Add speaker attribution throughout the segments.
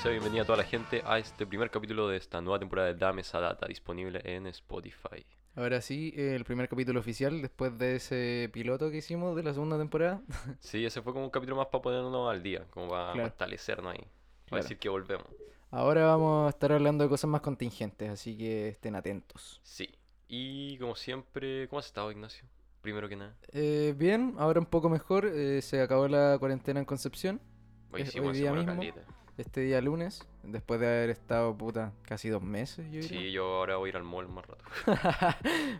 Speaker 1: sea bienvenida a toda la gente a este primer capítulo de esta nueva temporada de Dame esa data disponible en Spotify.
Speaker 2: Ahora sí, eh, el primer capítulo oficial después de ese piloto que hicimos de la segunda temporada.
Speaker 1: Sí, ese fue como un capítulo más para ponernos al día, como para
Speaker 2: Claro.
Speaker 1: fortalecernos ahí, para
Speaker 2: Claro.
Speaker 1: decir que volvemos.
Speaker 2: Ahora vamos a estar hablando de cosas más contingentes, así que estén atentos.
Speaker 1: Sí. Y como siempre, ¿cómo has estado, Ignacio? Primero que nada.
Speaker 2: Eh, bien, ahora un poco mejor. eh, se acabó la cuarentena en Concepción,
Speaker 1: Hoy
Speaker 2: Es-
Speaker 1: hicimos
Speaker 2: Eh, hoy
Speaker 1: así
Speaker 2: día
Speaker 1: una
Speaker 2: mismo.
Speaker 1: caleta.
Speaker 2: este día lunes, después de haber estado, puta, casi dos meses, yo diría.
Speaker 1: Sí, yo ahora voy a ir al mall más rato.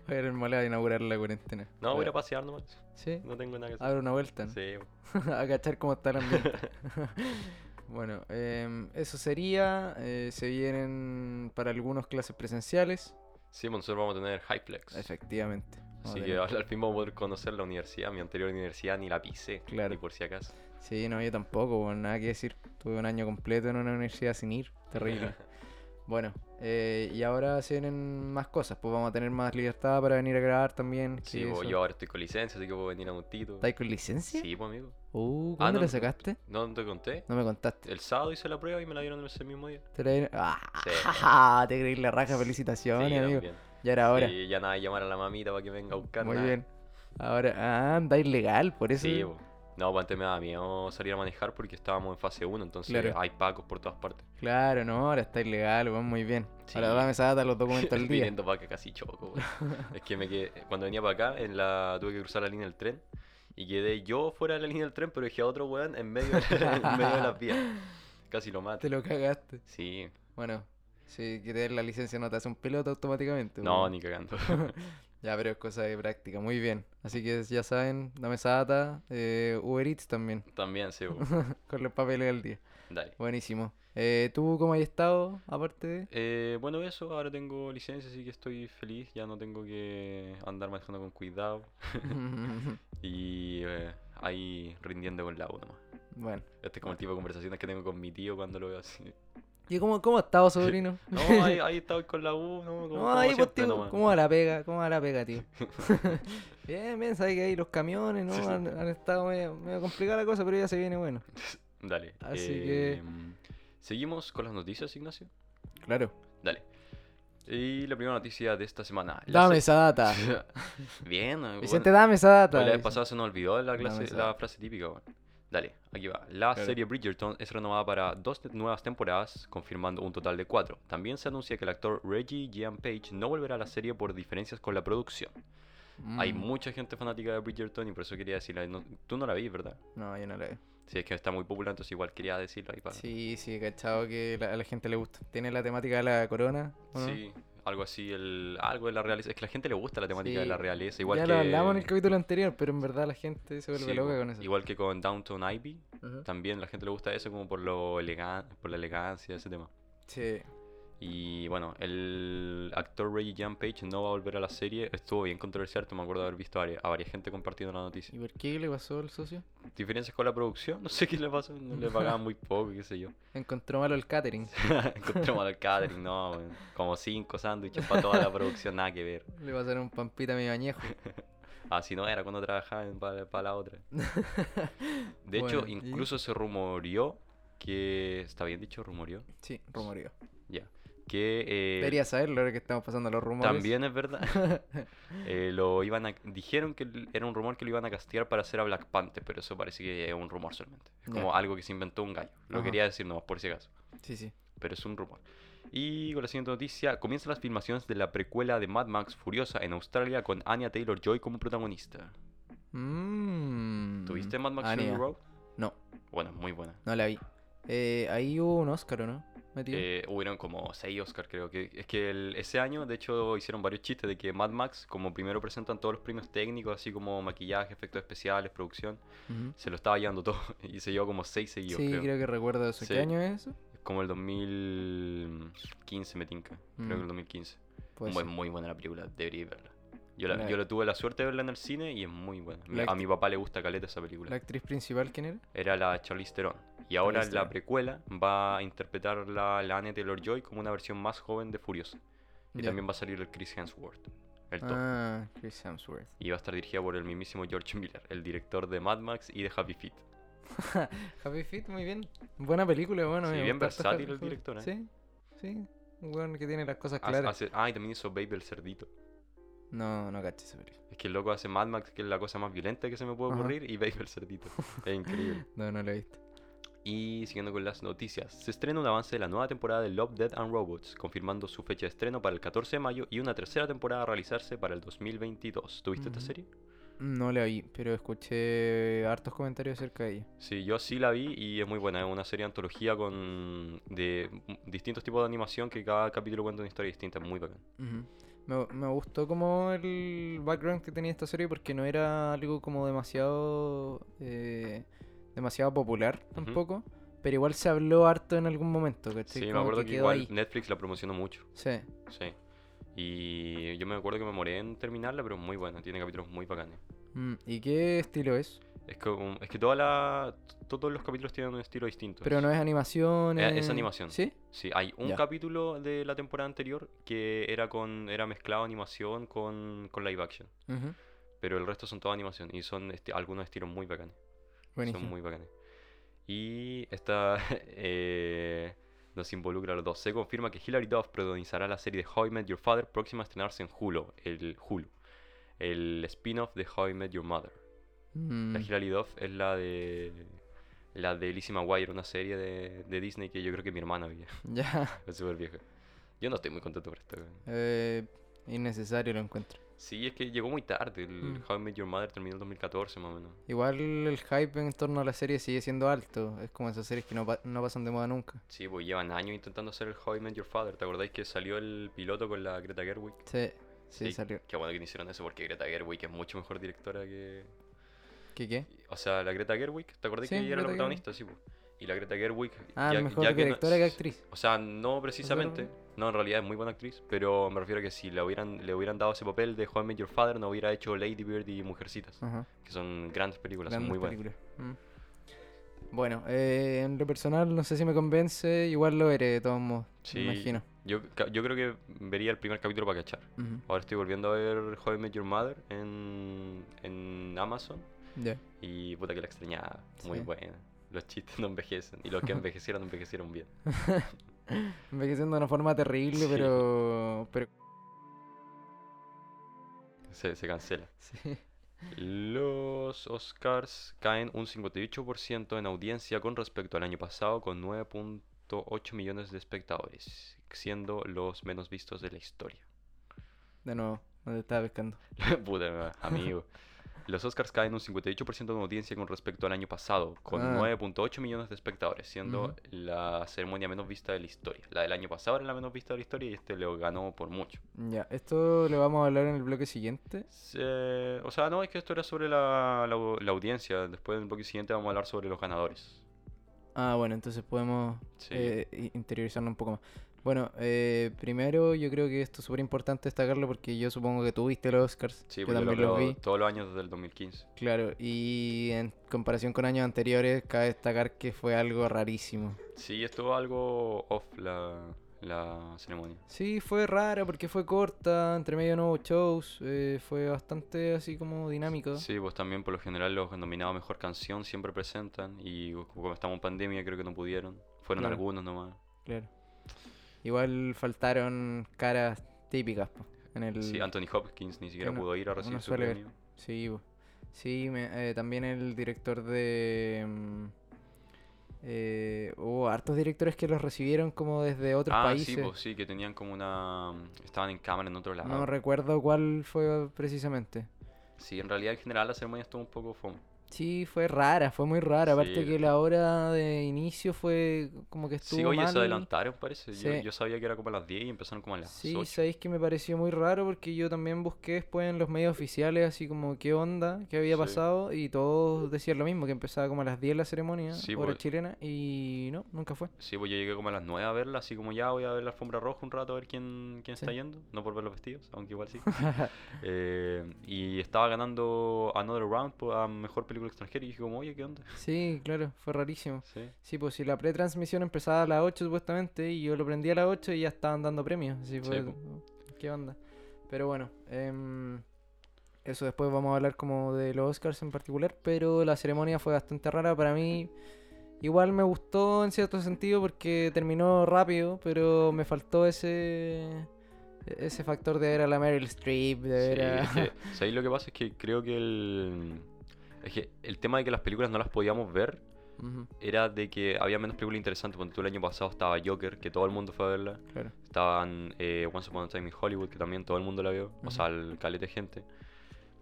Speaker 2: Voy a ir al mall a inaugurar la cuarentena.
Speaker 1: No, voy a ir
Speaker 2: Bueno,
Speaker 1: a pasear nomás.
Speaker 2: Sí,
Speaker 1: No tengo nada que hacer.
Speaker 2: abro una vuelta. ¿no?
Speaker 1: Sí,
Speaker 2: a cachar cómo está el ambiente. bueno, em, eso sería. eh, se vienen para algunos clases presenciales.
Speaker 1: sí, bueno, nosotros vamos a tener Hyplex.
Speaker 2: Efectivamente. vamos a
Speaker 1: Así que
Speaker 2: tener-
Speaker 1: al al fin vamos a poder conocer la universidad, mi anterior universidad, ni la pisé,
Speaker 2: Claro.
Speaker 1: ni por si acaso.
Speaker 2: Sí, no, yo tampoco, bueno, nada que decir. Tuve un año completo en una universidad sin ir. Terrible. bueno, eh, y ahora se vienen más cosas. Pues vamos a tener más libertad para venir a grabar también.
Speaker 1: Sí,
Speaker 2: que
Speaker 1: pues,
Speaker 2: eso.
Speaker 1: yo ahora estoy con licencia, así que puedo venir a un tito.
Speaker 2: ¿Estáis con licencia?
Speaker 1: Sí, pues amigo.
Speaker 2: Uh,
Speaker 1: Ah, no,
Speaker 2: ¿Cuándo la
Speaker 1: no,
Speaker 2: sacaste?
Speaker 1: ¿No te conté?
Speaker 2: No me contaste.
Speaker 1: El sábado hice la prueba y me la dieron ese mismo día.
Speaker 2: Te la dieron- ¡Ah!
Speaker 1: Sí.
Speaker 2: Te creí la raja, felicitaciones,
Speaker 1: Sí,
Speaker 2: amigo.
Speaker 1: también.
Speaker 2: Ya era hora.
Speaker 1: Sí, ya nada, de llamar a la mamita para que venga a buscar.
Speaker 2: Muy
Speaker 1: nada.
Speaker 2: bien. Ahora, ah, anda ilegal, por eso.
Speaker 1: Sí, po. No, pues antes me daba miedo salir a manejar porque estábamos en fase 1, entonces
Speaker 2: Claro.
Speaker 1: hay pacos por todas partes.
Speaker 2: Claro, no, ahora está ilegal, weón, muy bien.
Speaker 1: Sí.
Speaker 2: Ahora dame esa data, los documentos al día.
Speaker 1: Viniendo para acá casi choco. weón. es que me quedé, cuando venía para acá, en la, tuve que cruzar la línea del tren y quedé yo fuera de la línea del tren, pero dejé a otro weón en medio de, en medio de las vías. Casi lo mato.
Speaker 2: Te lo cagaste.
Speaker 1: Sí,
Speaker 2: Bueno, si quieres la licencia no te hace un piloto automáticamente.
Speaker 1: no,
Speaker 2: weón.
Speaker 1: ni cagando.
Speaker 2: Ya, pero es cosa de práctica, muy bien. Así que ya saben, dame esa data, eh, Uber Eats también,
Speaker 1: También, sí, po.
Speaker 2: con los papeles al día.
Speaker 1: Dale.
Speaker 2: Buenísimo. Eh, ¿Tú cómo has estado, aparte de...?
Speaker 1: Eh, bueno, eso, ahora tengo licencia, así que estoy feliz, ya no tengo que andar manejando con cuidado y eh, ahí rindiendo con la U nomás.
Speaker 2: bueno.
Speaker 1: Este es como el tipo de conversaciones que tengo con mi tío cuando lo veo así.
Speaker 2: ¿Y cómo, cómo has estado, sobrino?
Speaker 1: No, ahí, ahí estaba con la U, no, como, como
Speaker 2: No, ahí, pues,
Speaker 1: siempre
Speaker 2: tío,
Speaker 1: nomás.
Speaker 2: ¿cómo va la pega? ¿Cómo va la pega, tío? bien, bien, sabes que ahí los camiones, ¿no?
Speaker 1: Sí, sí.
Speaker 2: Han, han estado medio, medio complicada la cosa, pero ya se viene bueno.
Speaker 1: Dale.
Speaker 2: Así
Speaker 1: eh, ¿Seguimos con las noticias, Ignacio?
Speaker 2: Claro.
Speaker 1: Dale. Y la primera noticia de esta semana. la
Speaker 2: Dame
Speaker 1: se-
Speaker 2: esa data.
Speaker 1: Bien, eh,
Speaker 2: Vicente,
Speaker 1: bueno.
Speaker 2: dame esa data.
Speaker 1: Hoy la vez
Speaker 2: dice.
Speaker 1: pasada se nos olvidó la,
Speaker 2: Dame
Speaker 1: clase-
Speaker 2: esa.
Speaker 1: la frase típica, weón. Dale, aquí va. La
Speaker 2: Claro.
Speaker 1: serie Bridgerton es renovada para dos te- nuevas temporadas, confirmando un total de cuatro. También se anuncia que el actor Reggie Jean Page no volverá a la serie por diferencias con la producción. Hay
Speaker 2: Mm,
Speaker 1: mucha gente fanática de Bridgerton y por eso quería decirla. No- tú no la vi, ¿verdad?
Speaker 2: No, yo no la veo.
Speaker 1: Si es que está muy popular, entonces igual quería decirlo ahí para.
Speaker 2: Sí, sí, he cachado que la- a la gente le gusta. Tiene la temática de la corona. ¿o no?
Speaker 1: Sí, algo así, el, algo de la realeza. Es que a la gente le gusta la temática de
Speaker 2: Sí,
Speaker 1: la realeza, igual
Speaker 2: ya
Speaker 1: que.
Speaker 2: lo hablamos en el capítulo anterior, pero en verdad la gente se vuelve
Speaker 1: Sí,
Speaker 2: loca
Speaker 1: po,
Speaker 2: con eso.
Speaker 1: Igual que con Downtown Ivy,
Speaker 2: Ujú.
Speaker 1: también la gente le gusta eso como por lo elegan por la elegancia ese tema.
Speaker 2: Sí.
Speaker 1: Y bueno, el actor Reggie Jean Page no va a volver a la serie. Estuvo bien controversial, me acuerdo de haber visto a, vari- a varias gente compartiendo la noticia.
Speaker 2: ¿Y por qué le pasó al socio?
Speaker 1: Diferencias con la producción, no sé qué le pasó, no le pagaban muy poco, qué sé yo.
Speaker 2: Encontró malo el catering.
Speaker 1: Encontramos al catering, no, weón. como cinco sándwiches para toda la producción, nada que ver.
Speaker 2: Le pasaron un pampita medio añejo.
Speaker 1: Así no era cuando trabajaba para la otra. De hecho,
Speaker 2: Bueno, ¿y?
Speaker 1: incluso se rumoreó que. ¿Está bien dicho? Rumoreó.
Speaker 2: Sí, rumorío.
Speaker 1: Ya. Que. eh,
Speaker 2: Debería saberlo ahora que estamos pasando los rumores.
Speaker 1: también es verdad. Eh, lo iban a- dijeron que l- era un rumor que lo iban a castigar para hacer a Black Panther, pero eso parece que es un rumor solamente. Es
Speaker 2: Ya.
Speaker 1: como algo que se inventó un gallo. Lo
Speaker 2: Ajá.
Speaker 1: quería decir nomás, por si acaso.
Speaker 2: Sí, sí.
Speaker 1: pero es un rumor. Y con la siguiente noticia, comienzan las filmaciones de la precuela de Mad Max Furiosa en Australia con Anya Taylor Joy como protagonista.
Speaker 2: Mm.
Speaker 1: ¿Tuviste Mad Max
Speaker 2: Anya.
Speaker 1: Fury Road?
Speaker 2: No,
Speaker 1: Bueno, muy buena.
Speaker 2: no la vi. Eh, ahí hubo un Oscar, ¿o ¿no? Metido.
Speaker 1: Eh, hubieron como seis Oscar, creo que. Es que el- ese año, de hecho, hicieron varios chistes de que Mad Max, como primero presentan todos los premios técnicos, así como maquillaje, efectos especiales, producción,
Speaker 2: Ujú.
Speaker 1: se lo estaba llevando todo y se llevó como seis
Speaker 2: Sí,
Speaker 1: seguidos,
Speaker 2: creo.
Speaker 1: creo.
Speaker 2: que recuerdo eso.
Speaker 1: Sí.
Speaker 2: ¿Qué año es eso?
Speaker 1: Como el 2015, me tinca. Creo que
Speaker 2: Mm.
Speaker 1: el 2015.
Speaker 2: Pues
Speaker 1: muy,
Speaker 2: sí.
Speaker 1: muy buena la película, deberíais verla. Yo la,
Speaker 2: La-
Speaker 1: yo la tuve la suerte de verla en el cine y es muy buena. Mi-
Speaker 2: La
Speaker 1: a
Speaker 2: acti-
Speaker 1: mi papá le gusta caleta esa
Speaker 2: ¿La
Speaker 1: película.
Speaker 2: actriz principal quién era?
Speaker 1: Era la Charlize Theron. Y ahora
Speaker 2: Charlize
Speaker 1: en la
Speaker 2: Theron.
Speaker 1: precuela va a interpretar la, la Anya Taylor-Joy como una versión más joven de Furiosa. Y
Speaker 2: Ya.
Speaker 1: también va a salir el Chris Hemsworth, el top.
Speaker 2: Ah, Chris Hemsworth.
Speaker 1: Y va a estar dirigida por el mismísimo George Miller, el director de Mad Max y de Happy Feet.
Speaker 2: Happy Feet, muy bien. Buena película, bueno.
Speaker 1: Sí,
Speaker 2: me
Speaker 1: bien
Speaker 2: gusta harto
Speaker 1: versátil
Speaker 2: Happy
Speaker 1: el
Speaker 2: Feet.
Speaker 1: director, ¿eh?
Speaker 2: Sí, sí. Un weón que tiene las cosas
Speaker 1: Hace-
Speaker 2: claras.
Speaker 1: hace- ah, y también hizo Baby el cerdito.
Speaker 2: No, no caché esa película.
Speaker 1: Es que el loco hace Mad Max, que es la cosa más violenta que se me puede
Speaker 2: Ajá.
Speaker 1: ocurrir, y Baby el cerdito. Es increíble.
Speaker 2: No, no la he visto.
Speaker 1: Y siguiendo con las noticias, se estrena un avance de la nueva temporada de Love, Dead and Robots, confirmando su fecha de estreno para el 14 de mayo y una tercera temporada a realizarse para el 2022. ¿Tuviste esta
Speaker 2: Ujú.
Speaker 1: serie?
Speaker 2: No la vi, pero escuché hartos comentarios acerca de ella.
Speaker 1: Sí, yo sí la vi y es muy buena. Es una serie de antología con de m- distintos tipos de animación que cada capítulo cuenta una historia distinta. es Muy bacán.
Speaker 2: Ujú. Me, me gustó como el background que tenía esta serie porque no era algo como demasiado eh, demasiado popular tampoco, pero igual se habló harto en algún momento,
Speaker 1: Sí,
Speaker 2: ¿cachai?
Speaker 1: me
Speaker 2: Como
Speaker 1: acuerdo que,
Speaker 2: quedó
Speaker 1: igual
Speaker 2: ahí.
Speaker 1: Netflix la promocionó mucho.
Speaker 2: Sí,
Speaker 1: Sí. Y yo me acuerdo que me moré en terminarla, pero es muy buena. Tiene capítulos muy bacanes.
Speaker 2: Mm, ¿y qué estilo es?
Speaker 1: Es que, um, es que toda la, todos los capítulos tienen un estilo distinto.
Speaker 2: Pero no es animación.
Speaker 1: Eh, es
Speaker 2: eh,
Speaker 1: animación.
Speaker 2: ¿Sí?
Speaker 1: Sí, hay un
Speaker 2: Ya.
Speaker 1: capítulo de la temporada anterior que era con era mezclado animación con, con live action,
Speaker 2: Ujú.
Speaker 1: pero el resto son toda animación y son esti- algunos estilos muy bacanes,
Speaker 2: Buenísimo.
Speaker 1: son muy bacanes. Y esta eh, nos involucra a los dos. Se confirma que Hilary Duff protagonizará la serie de How I Met Your Father próxima a estrenarse en Hulu, el Hulu, el spin-off de How I Met Your Mother.
Speaker 2: Mm,
Speaker 1: La Hilary Duff es la de la de Lizzie McGuire, una serie de, de Disney que yo creo que mi hermana veía.
Speaker 2: ya,
Speaker 1: Es súper vieja. Yo no estoy muy contento por esto. weón.
Speaker 2: eh, innecesario lo encuentro.
Speaker 1: Sí, es que llegó muy tarde. El
Speaker 2: Mm.
Speaker 1: How I Met Your Mother terminó en 2014, más o menos.
Speaker 2: Igual el hype en torno a la serie sigue siendo alto. Es como esas series que no, pa- no pasan de moda nunca.
Speaker 1: Sí, pues llevan años intentando hacer el How I Met Your Father. ¿Te acordáis que salió el piloto con la Greta Gerwig?
Speaker 2: Sí, sí, salió.
Speaker 1: Qué bueno que no hicieron eso porque Greta Gerwig es mucho mejor directora que.
Speaker 2: ¿Qué qué?
Speaker 1: O sea, la Greta Gerwig, ¿te acordáis
Speaker 2: Sí,
Speaker 1: que ella era la
Speaker 2: Greta Gerwig.
Speaker 1: protagonista? Sí, pues. Y la Greta Gerwig.
Speaker 2: Ah, mejor directora que actriz.
Speaker 1: O sea, no precisamente.
Speaker 2: Gerwig.
Speaker 1: No, en realidad es muy buena actriz. Pero me refiero a que si le hubieran, le hubieran dado ese papel de How I Met Your Father, no hubiera hecho Lady Bird y Mujercitas.
Speaker 2: Ajá.
Speaker 1: Que son grandes películas, son
Speaker 2: Ah. grandes
Speaker 1: muy buenas.
Speaker 2: películas. Mm. Bueno, eh, en lo personal no sé si me convence, igual lo veré de todos modos,
Speaker 1: Sí,
Speaker 2: me imagino.
Speaker 1: Yo, ca- yo creo que vería el primer capítulo para cachar.
Speaker 2: Ujú,
Speaker 1: Ahora estoy volviendo a ver How I Met Your Mother en, en Amazon.
Speaker 2: ya.
Speaker 1: Y puta que la extrañaba. Muy
Speaker 2: Sí.
Speaker 1: buena. Los chistes no envejecen. Y los que envejecieron, envejecieron bien.
Speaker 2: Envejeciendo de una forma terrible,
Speaker 1: Sí.
Speaker 2: pero... pero
Speaker 1: Se, se cancela.
Speaker 2: sí.
Speaker 1: Los Oscars caen un 58% en audiencia con respecto al año pasado, con 9.8 millones de espectadores, siendo los menos vistos de la historia.
Speaker 2: De nuevo, donde estaba pescando.
Speaker 1: Puta, ma- amigo. Los Oscars caen un 58% de audiencia con respecto al año pasado, con
Speaker 2: Ah.
Speaker 1: 9.8 millones de espectadores, siendo
Speaker 2: Ujú.
Speaker 1: la ceremonia menos vista de la historia. La del año pasado era la menos vista de la historia y este lo ganó por mucho.
Speaker 2: Ya, esto lo vamos a hablar en el bloque siguiente.
Speaker 1: Se- o sea, no, es que esto era sobre la, la- la audiencia. Después, en el bloque siguiente, vamos a hablar sobre los ganadores.
Speaker 2: Ah, bueno, entonces podemos
Speaker 1: Sí.
Speaker 2: eh, i- interiorizarnos un poco más. Bueno, eh, primero yo creo que esto es súper importante destacarlo porque yo supongo que tuviste los Oscars.
Speaker 1: Sí,
Speaker 2: yo
Speaker 1: porque lo
Speaker 2: también los
Speaker 1: veo
Speaker 2: vi.
Speaker 1: todos los años desde el 2015.
Speaker 2: Claro, y en comparación con años anteriores, cabe destacar que fue algo rarísimo.
Speaker 1: Sí, estuvo algo off la, la ceremonia.
Speaker 2: Sí, fue raro porque fue corta, entre medio no hubo shows, eh, fue bastante así como dinámico.
Speaker 1: Sí, pues también por lo general los nominados a mejor canción siempre presentan y co- como estamos en pandemia creo que no pudieron. Fueron
Speaker 2: Claro.
Speaker 1: algunos nomás.
Speaker 2: Claro. Igual faltaron caras típicas po, en el...
Speaker 1: Sí, Anthony Hopkins ni siquiera
Speaker 2: uno-
Speaker 1: pudo ir a recibir
Speaker 2: uno
Speaker 1: su
Speaker 2: suele ver.
Speaker 1: premio.
Speaker 2: Sí, po. Sí, me- eh, también el director de... mm, eh, hubo hartos directores que los recibieron como desde otros
Speaker 1: Ah,
Speaker 2: países.
Speaker 1: sí, pues sí, que tenían como una... Estaban en cámara en otro lado.
Speaker 2: No recuerdo cuál fue precisamente.
Speaker 1: Sí, en realidad en general la ceremonia estuvo un poco fome.
Speaker 2: Sí, fue rara, fue muy rara. Aparte
Speaker 1: Sí.
Speaker 2: que la hora de inicio fue como que estuvo
Speaker 1: Sí, oye,
Speaker 2: mal.
Speaker 1: se adelantaron parece. Yo,
Speaker 2: Sí.
Speaker 1: yo sabía que era como a las 10 y empezaron como a las
Speaker 2: Sí,
Speaker 1: 8.
Speaker 2: sabéis que me pareció muy raro porque yo también busqué después en los medios oficiales así como qué onda, qué había
Speaker 1: Sí.
Speaker 2: pasado y todos decían lo mismo, que empezaba como a las 10 la ceremonia,
Speaker 1: Sí,
Speaker 2: hora
Speaker 1: pues.
Speaker 2: chilena y no, nunca fue.
Speaker 1: Sí, pues yo llegué como a las 9 a verla, así como ya voy a ver la alfombra roja un rato a ver quién, quién
Speaker 2: Sí.
Speaker 1: está yendo, no por ver los vestidos, aunque igual sí. Eh, y estaba ganando Another Round po- a Mejor Película Extranjera y dije como, oye, ¿qué onda?
Speaker 2: Sí, claro, fue rarísimo.
Speaker 1: Sí.
Speaker 2: Sí, pues si la pretransmisión empezaba a las 8 supuestamente y yo lo prendí a las 8 pues, y ya estaban dando premios. Así
Speaker 1: Sí,
Speaker 2: fue,
Speaker 1: po.
Speaker 2: ¿Qué onda? Pero bueno, em, Eso después vamos a hablar como de los Oscars en particular, pero la ceremonia fue bastante rara para mí. Igual me gustó en cierto sentido porque terminó rápido, pero me faltó ese ese factor de ver a la Meryl Streep, de ver
Speaker 1: Sí,
Speaker 2: a...
Speaker 1: es que, ¿sabéis lo que pasa? Es que creo que el. Es que el tema de que las películas no las podíamos ver
Speaker 2: Ujú,
Speaker 1: era de que había menos películas interesantes. Cuando tú el año pasado estaba Joker, que todo el mundo fue a verla.
Speaker 2: claro.
Speaker 1: Estaban eh, Once Upon a Time in Hollywood, que también todo el mundo la vio. O sea, el calete de gente.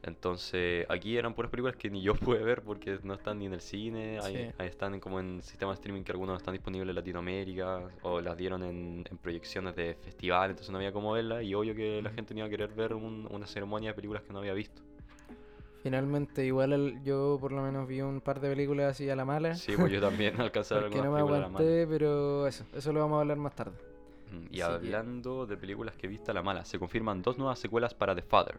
Speaker 1: Entonces, aquí eran puras películas que ni yo pude ver porque no están ni en el cine, ahí,
Speaker 2: Sí.
Speaker 1: ahí están como en sistemas de streaming que algunos no están disponibles en Latinoamérica o las dieron en, en proyecciones de festival, entonces no había cómo verlas y obvio que la
Speaker 2: Ujú.
Speaker 1: gente no iba a querer ver un- una ceremonia de películas que no había visto.
Speaker 2: Finalmente, igual el- yo por lo menos vi un par de películas así a la mala.
Speaker 1: Sí, pues yo también alcancé a ver
Speaker 2: porque no me
Speaker 1: algunas películas a la mala.
Speaker 2: aguanté, pero eso, eso lo vamos a hablar más tarde.
Speaker 1: Mm,
Speaker 2: Así
Speaker 1: Y
Speaker 2: que-
Speaker 1: hablando de películas que viste a la mala, se confirman dos nuevas secuelas para The Father.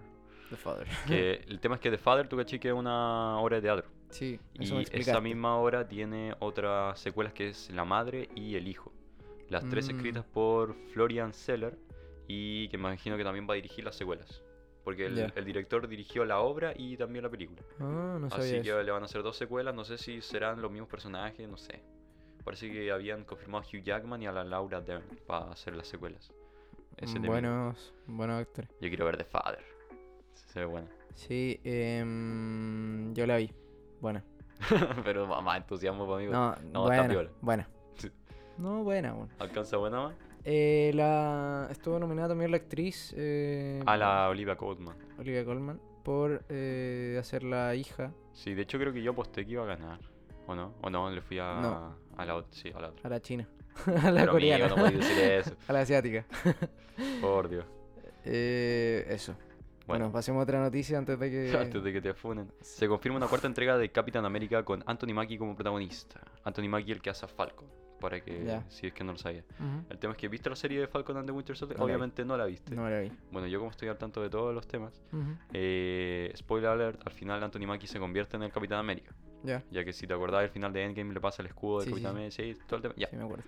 Speaker 2: The Father.
Speaker 1: Que el tema es que The Father, tú caché que es una obra de teatro.
Speaker 2: Sí, eso me
Speaker 1: Y esa
Speaker 2: explicaste.
Speaker 1: misma obra tiene otras secuelas que es La Madre y El Hijo. Las tres
Speaker 2: Mm.
Speaker 1: escritas por Florian Seller y que me imagino que también va a dirigir las secuelas. Porque el,
Speaker 2: Ya.
Speaker 1: el director dirigió la obra y también la película.
Speaker 2: Ah, no sabía
Speaker 1: Así que
Speaker 2: eso.
Speaker 1: le van a hacer dos secuelas, no sé si serán los mismos personajes, no sé. Parece que habían confirmado a Hugh Jackman y a la Laura Dern para hacer las secuelas. Ese
Speaker 2: Mm,
Speaker 1: temita.
Speaker 2: Buenos, buenos actores.
Speaker 1: Yo quiero ver The Father. Se ve bueno.
Speaker 2: Sí, em, yo la vi. Buena.
Speaker 1: Pero mamá, entusiasmo conmigo. no,
Speaker 2: No,
Speaker 1: está
Speaker 2: buena.
Speaker 1: piola.
Speaker 2: Buena.
Speaker 1: Sí.
Speaker 2: No, buena, buena.
Speaker 1: ¿Alcanza buena más?
Speaker 2: Eh, la... Estuvo nominada también la actriz eh,
Speaker 1: A la Olivia Colman.
Speaker 2: Olivia Colman por eh, hacer la hija
Speaker 1: Sí, de hecho creo que yo aposté que iba a ganar. ¿O no? ¿O no? Le fui a,
Speaker 2: No.
Speaker 1: a la otra. Sí, a la otra.
Speaker 2: a la china, a la
Speaker 1: Pero, amigo,
Speaker 2: coreana,
Speaker 1: no podéis decir eso.
Speaker 2: a la asiática.
Speaker 1: Por Dios.
Speaker 2: Eh, eso. Bueno. eh,
Speaker 1: Bueno,
Speaker 2: pasemos a otra noticia antes de que...
Speaker 1: antes de que te funen. Se confirma una cuarta entrega de Capitán América con Anthony Mackie como protagonista. Anthony Mackie el que hace a Falcon. Para que,
Speaker 2: Ya.
Speaker 1: si es que no lo sabía.
Speaker 2: Ujú.
Speaker 1: El tema es que, ¿viste la serie de Falcon and the Winter Soldier?
Speaker 2: No la vi.
Speaker 1: Obviamente no la viste.
Speaker 2: No la vi.
Speaker 1: Bueno, yo como estoy al tanto de todos los temas.
Speaker 2: Ujú.
Speaker 1: eh, spoiler alert, al final Anthony Mackie se convierte en el Capitán América.
Speaker 2: Ya,
Speaker 1: Ya que si te acordás, el final de Endgame le pasa el escudo de
Speaker 2: Sí, sí,
Speaker 1: Capitán
Speaker 2: sí.
Speaker 1: América. Sí, todo el tema. Ya.
Speaker 2: sí me acuerdo.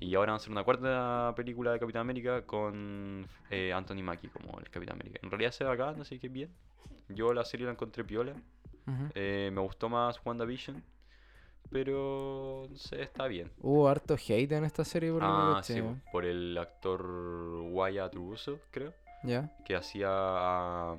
Speaker 1: Y ahora van a hacer una cuarta película de Capitán América con eh, Anthony Mackie como el Capitán América. En realidad se ve acá, no sé qué bien. Yo la serie la encontré piola.
Speaker 2: Ujú.
Speaker 1: Eh, me gustó más WandaVision. Pero no sé, está bien.
Speaker 2: Hubo harto hate en esta serie por lo que
Speaker 1: Ah,
Speaker 2: caché,
Speaker 1: sí,
Speaker 2: ¿no?
Speaker 1: por el actor Wyatt Russo, creo.
Speaker 2: Ya.
Speaker 1: Que hacía ah,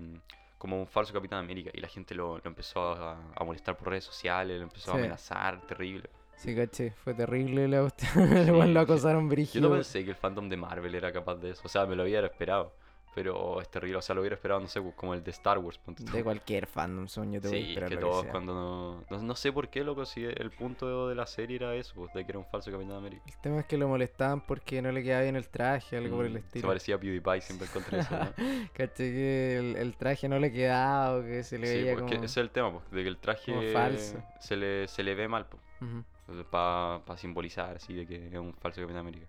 Speaker 1: como un falso Capitán América. Y la gente lo, lo empezó a, a molestar por redes sociales, lo empezó a
Speaker 2: Sí.
Speaker 1: amenazar, terrible.
Speaker 2: Sí, caché. Fue terrible la cuestión. El weón lo
Speaker 1: sí.
Speaker 2: acosaron
Speaker 1: Yo no
Speaker 2: brígido.
Speaker 1: pensé que el fandom de Marvel era capaz de eso. O sea, me lo hubiera esperado. Pero es terrible. O sea, lo hubiera esperado, no sé, como el de Star Wars. ponte tú.
Speaker 2: De cualquier fandom, son yo te voy a
Speaker 1: Sí, es
Speaker 2: esperar
Speaker 1: que
Speaker 2: lo
Speaker 1: todos
Speaker 2: sea.
Speaker 1: cuando no, no... no sé por qué, loco, si el punto de la serie era eso, pues, de que era un falso Capitán América.
Speaker 2: El tema es que lo molestaban porque no le quedaba bien el traje, algo por
Speaker 1: Mm,
Speaker 2: el
Speaker 1: Se
Speaker 2: estilo.
Speaker 1: parecía a PewDiePie, siempre encontré eso, ¿no?
Speaker 2: Caché que el, el traje no le quedaba o que se le
Speaker 1: sí,
Speaker 2: veía
Speaker 1: porque
Speaker 2: como...
Speaker 1: ese es el tema, pues, de que el traje
Speaker 2: falso.
Speaker 1: Se, le, se le ve mal, pues.
Speaker 2: Ujú.
Speaker 1: Para simbolizar, así, de que es un falso Capitán América.